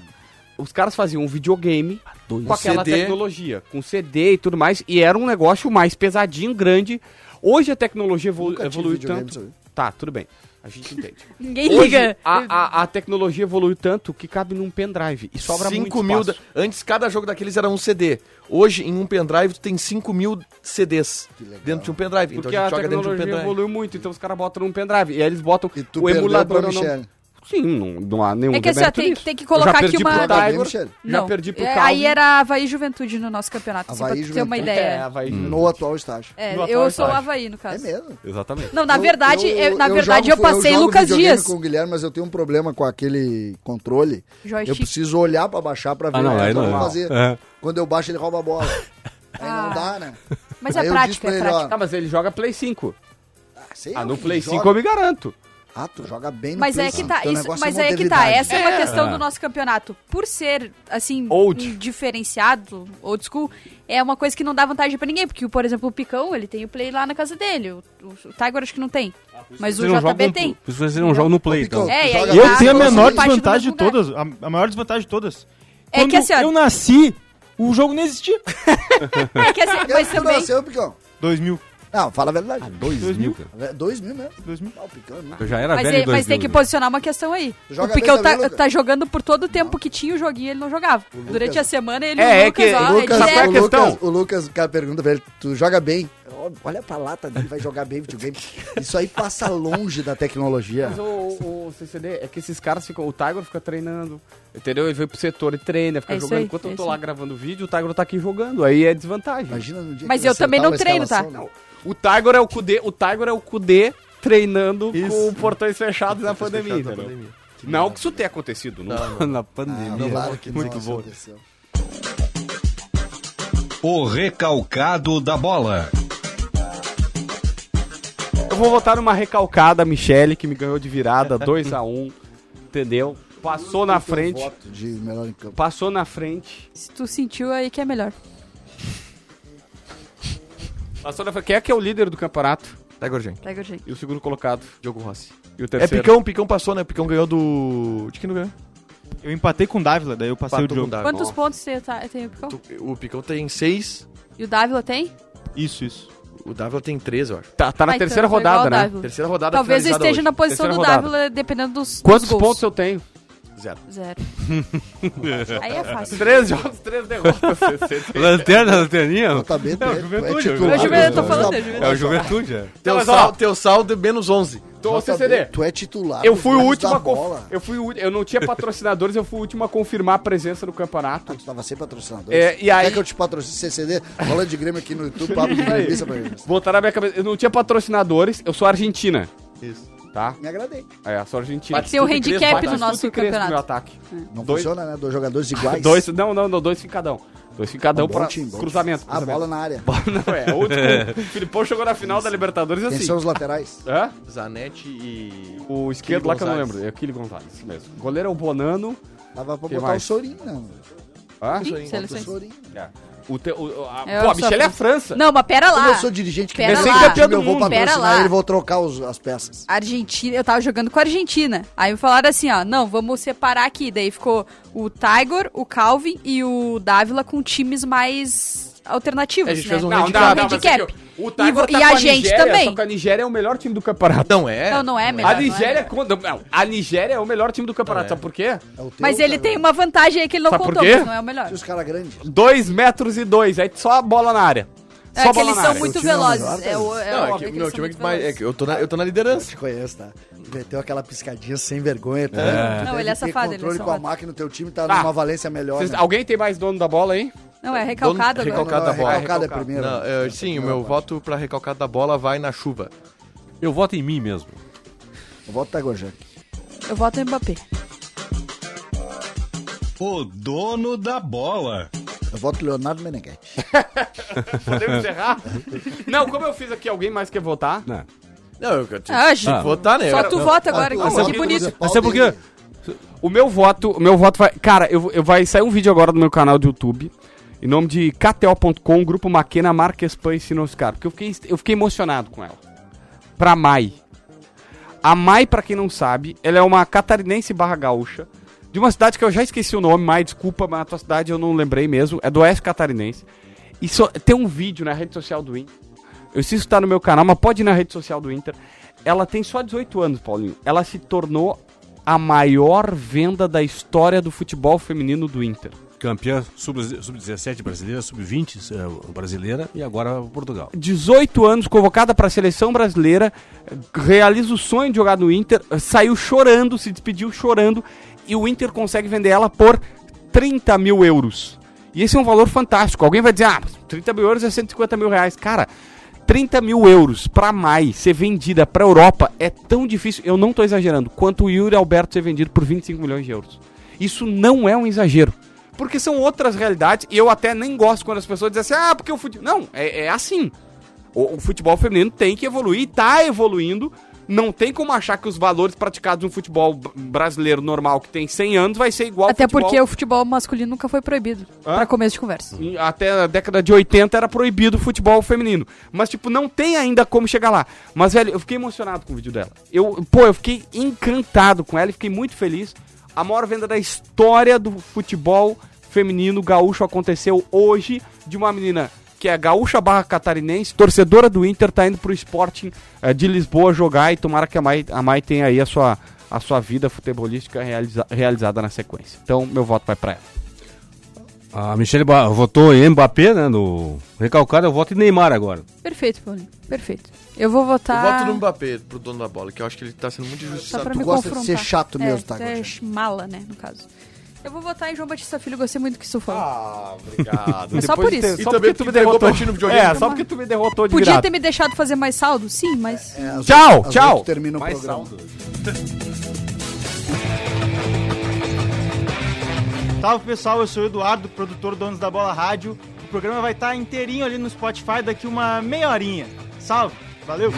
Os caras faziam um videogame com aquela CD. tecnologia, com CD e tudo mais, e era um negócio mais pesadinho, grande. Hoje a tecnologia evolu Nunca tive evoluiu videogame, tanto. sabe? Tá, tudo bem. A gente entende. Ninguém Hoje, liga. a, a, a tecnologia evoluiu tanto que cabe num pendrive e sobra muito mil. espaço. da- Antes, cada jogo daqueles era um CD. Hoje, em um pendrive, tu tem 5 mil CDs legal. dentro de um pendrive. Porque então a a, gente joga dentro de um tecnologia pendrive. evoluiu muito, então os caras botam num pendrive. E aí eles botam E tu o perdeu emulador. pra eu não- Michele. Sim, não, não há nenhum É que assim, ó, demérito tem- nisso. tem que Eu já colocar perdi aqui uma- pro Joga bem, Tiger, Michele. já Não. perdi pro É, Calvin. Aí era Havaí Juventude no nosso campeonato, assim, pra Havaí tu ter uma Juventude. É, ideia. vai... No atual estágio. É, No eu atual sou o estágio. Havaí, no Hum. É caso. mesmo. Exatamente. Não, na Eu- verdade, eu, na verdade eu, jogo- passei jogo Lucas videogame Dias. com o Guilherme, mas eu tenho um problema com aquele controle. Eu Joystick. preciso olhar pra baixar pra ver Ah, não, o que aí eu vou não é. fazer. É. Quando eu baixo, ele rouba a bola. Aí Ah. não dá, né? Mas Aí é eu disse prática, pra é ele, prática. ó, Ah, mas ele joga Play 5. ah, sei Ah, lá, no que Play joga. 5 eu me garanto. Ah, tu joga bem no Mas Play é que 5. tá, Teu isso, negócio mas é que tá, modernidade. essa é uma questão É. do Ah. nosso campeonato. Por ser, assim, Old. diferenciado, old school, é uma coisa que não dá vantagem pra ninguém, porque, por exemplo, o Picão, ele tem o play lá na casa dele, o, o, o Tiger acho que não tem, mas o Vocês não um jogam JB no- tem. Por isso vocês não jogam no play, Picão. então. É, e aí Joga- tá, Eu Eu tenho a todo mundo menor parte do desvantagem mesmo de lugar. todas. A, a maior desvantagem de todas. É que Quando assim, ó- eu nasci, o jogo não existia. É que assim, Que ano mas que tu também... nasceu, Picão? 2000. Não, fala a verdade. Dois mil, cara. É dois mil mesmo. 2000. Tá, o Picão, né? Eu já era Mas, velho em é- mas 2000, tem que né? posicionar uma questão aí. Joga o Picão bem tá, também, Lucas. tá jogando por todo o tempo que tinha o joguinho, ele não jogava. Durante a semana ele É, e é o Lucas, que- ó, o Lucas- é sabe qual é direto. a questão? Lucas, o Lucas, o cara pergunta pra ele, tu joga bem? Ó, Olha pra lata dele, vai jogar bem videogame. Isso aí passa longe da tecnologia. Mas o, o CCD, é que esses caras ficam. O Tiger fica treinando, entendeu? Ele veio pro setor e treina, fica É isso jogando. aí, Enquanto é eu tô isso lá aí. gravando o vídeo, o Tiger tá aqui jogando. Aí é desvantagem. Imagina no dia Mas que ele eu também acertar não uma treino, tá? escalação, né? O Tiger é o Kudê, o Tiger é o Kudê treinando com portões fechados na pandemia. entendeu? Não que isso tenha acontecido, não. Na pandemia. Claro que Muito não, bom. aconteceu. O recalcado da bola. Eu vou votar numa recalcada, Michele, que me ganhou de virada, 2x1, entendeu? Passou na frente, Voto de melhor em campo. passou na frente. Se tu sentiu aí que é melhor. Passou na frente. Quem é que é o líder do campeonato? Tá, Gorginho. Pega o jeito. E o segundo colocado? Diogo Rossi. E o É terceiro? Picão, Picão passou, né? Picão ganhou do. De quem não ganhou? Eu empatei com o Dávila, daí eu passei Empatou o com jogo. Dávila. Quantos pontos tem, tá, tem o Picão? Tu- O Picão tem seis, E o Dávila tem? Isso, isso. o Dávila tem três, eu acho. Tá, tá na Ah, então terceira eu tô igual rodada, ao né? Dávila. Terceira rodada Talvez eu finalizada esteja na posição Terceira do rodada. Dávila, dependendo dos, Quantos dos gols. pontos eu tenho? hoje. Zero. Zero. aí é fácil. Três jogos, três derrotas. Lanterna, lanterninha? Tá bem, é, Juventude, titular. É o Juventude, eu tô Tá- falando, é o Juventude. É o Juventude, é. Então, Teu, mas, ó, sal, teu saldo é menos 11. Então, ô, JB, CCD, Tu é titular. eu dos fui o donos último da a bola. conf... eu fui o ú- eu não tinha patrocinadores, eu fui o último a confirmar a presença no campeonato. Tu tava sem patrocinador. É, e aí- Quer que eu te patrocine CCD? Falando de Grêmio aqui no YouTube, papo de gremista pra mim. Botaram na minha cabeça, eu não tinha patrocinadores, eu sou argentina. Isso. Tá? Me agradei. É, sou argentina. Tem o handicap Bate do nosso tudo crespo no meu campeonato. ataque. Não Dois- funciona, né? Dois jogadores iguais. Dois, não, não, não, dois em cada um. Dois em cada um Ah, Bom pra time, bom cruzamento. A cruzamento. bola na área. Não, é, ou, tipo, o Filipão chegou na final da Libertadores Quem assim. são os Então, laterais? Hã? Zanetti e. O esquerdo lá que eu não Gonzalez. lembro, é aquele Gonzalez, isso mesmo. Goleiro é o Bonano. Dava pra Quem botar mais? o Sorinho, não. Hã? É. Ih, O seleções. Sorinho. O te- o- a, É, pô, eu a sou- Michelle é a França. Não, mas pera lá. Como eu sou dirigente que Pera eu lá. eu vou Pera patrocinar lá. ele, vou trocar os- as peças. Argentina, eu tava jogando com a Argentina. Aí me falaram assim, ó, não, vamos separar aqui. Daí ficou o Tiger, o Calvin e o Dávila com times mais alternativos, É, a gente né? fez um não, handicap. Não, não, mas é handicap. que O Tiger E vo- tá e com a gente Nigéria, também. Só que a Nigéria é o melhor time do campeonato. Não é? Não, não é melhor. a não é Nigéria, melhor. quando- não, a Nigéria é o melhor time do campeonato, sabe por quê? É o teu, Mas ele cara. tem uma vantagem aí que ele não Sabe por contou, quê? mas não é o melhor. E os caras grandes. 2 metros e 2, aí só a bola na área. É só a que bola eles na são área. muito O time é o velozes. melhor, É, o, é, Não, é óbvio que, que meu eles time é são que muito mais. É velozes. que eu tô na, eu tô na liderança. Te conheço, tá? Meteu aquela piscadinha sem vergonha. Tá? Não, Deve ele é ter safado, ele é controle com a safado. máquina, o teu time tá Tá. numa valência melhor. Vocês- né? alguém tem mais dono da bola aí? Não, é recalcado Dono- agora. recalcado. da Não, bola. Recalcado é Recalcado. primeiro. Não, é, sim, o meu voto pra recalcado da bola vai na chuva. Eu voto em mim mesmo. O voto tá Gorjak. Eu voto no Mbappé. O dono da bola. Eu voto Leonardo Meneghetti. Podemos encerrar? não, como eu fiz aqui, alguém mais quer votar? Não. Não, eu, eu Ah, gente. que votar, né? Só Eu- tu eu- vota agora, Ah, que- não, que bonito. Mas sabe por quê? O meu voto, o meu voto vai. Cara, eu, eu vai sair um vídeo agora do meu canal do YouTube. Em nome de KTO.com, Grupo Maquena, Marques Pan e Sinoscar. Porque eu fiquei, eu fiquei emocionado com ela. Pra Mai. A Mai, pra quem não sabe, ela é uma catarinense barra gaúcha. De uma cidade que eu já esqueci o nome, Mai, desculpa, mas a tua cidade eu não lembrei mesmo. É do Oeste Catarinense. E só- tem um vídeo na rede social do Inter. Eu sei se está no meu canal, mas pode ir na rede social do Inter. Ela tem só 18 anos, Paulinho. Ela se tornou a maior venda da história do futebol feminino do Inter. Campeã sub- sub-17 brasileira, sub-20 eh, brasileira e agora Portugal. 18 anos, convocada para a seleção brasileira, realiza o sonho de jogar no Inter, saiu chorando, se despediu chorando, e o Inter consegue vender ela por 30 mil euros. E esse é um valor fantástico. Alguém vai dizer, ah, 30 mil euros é 150 mil reais. Cara, 30 mil euros para mais ser vendida para Europa é tão difícil, eu não tô exagerando, quanto o Yuri Alberto ser vendido por 25 milhões de euros. Isso não é um exagero. Porque são outras realidades e eu até nem gosto quando as pessoas dizem assim, ah, porque o futebol. Não, é, é assim. O, o futebol feminino tem que evoluir, e tá evoluindo. Não tem como achar que os valores praticados no futebol b- brasileiro normal, que tem 100 anos, vai ser igual ao Até futebol- porque o futebol masculino nunca foi proibido. Pra começo de conversa. em- até a década de 80 era proibido o futebol feminino. Mas, tipo, não tem ainda como chegar lá. Mas, velho, eu fiquei emocionado com o vídeo dela. Eu, pô, eu fiquei encantado com ela e fiquei muito feliz. A maior venda da história do futebol feminino gaúcho aconteceu hoje de uma menina que é gaúcha barra catarinense, torcedora do Inter, tá indo pro Sporting eh, de Lisboa jogar e tomara que a Mai, a Mai tenha aí a sua, a sua vida futebolística realiza- realizada na sequência. Então, meu voto vai pra ela. A Michelle Ba- votou em Mbappé, né? No recalcado, eu voto em Neymar agora. Perfeito, Paulinho. Perfeito. Eu vou votar. Eu voto no Mbappé pro dono da bola, que eu acho que ele tá sendo muito Só injustiçado. pra Tu me gosta de confrontar. ser chato mesmo, tá, É, tu é Guaxa? ch- mala, né, no caso. Eu vou votar em João Batista Filho, gostei muito do que isso foi. Ah, obrigado. É só por isso. E também tu me derrotou um pra ti no videogame. É, só porque tu me derrotou de Podia virada. ter me deixado fazer mais saldo? Sim, mas. É, às Tchau, oito- às tchau. oito Termina o programa. Salve pessoal, eu sou o Eduardo, produtor do Donos da Bola Rádio. O programa vai estar inteirinho ali no Spotify daqui uma meia horinha. Salve, valeu!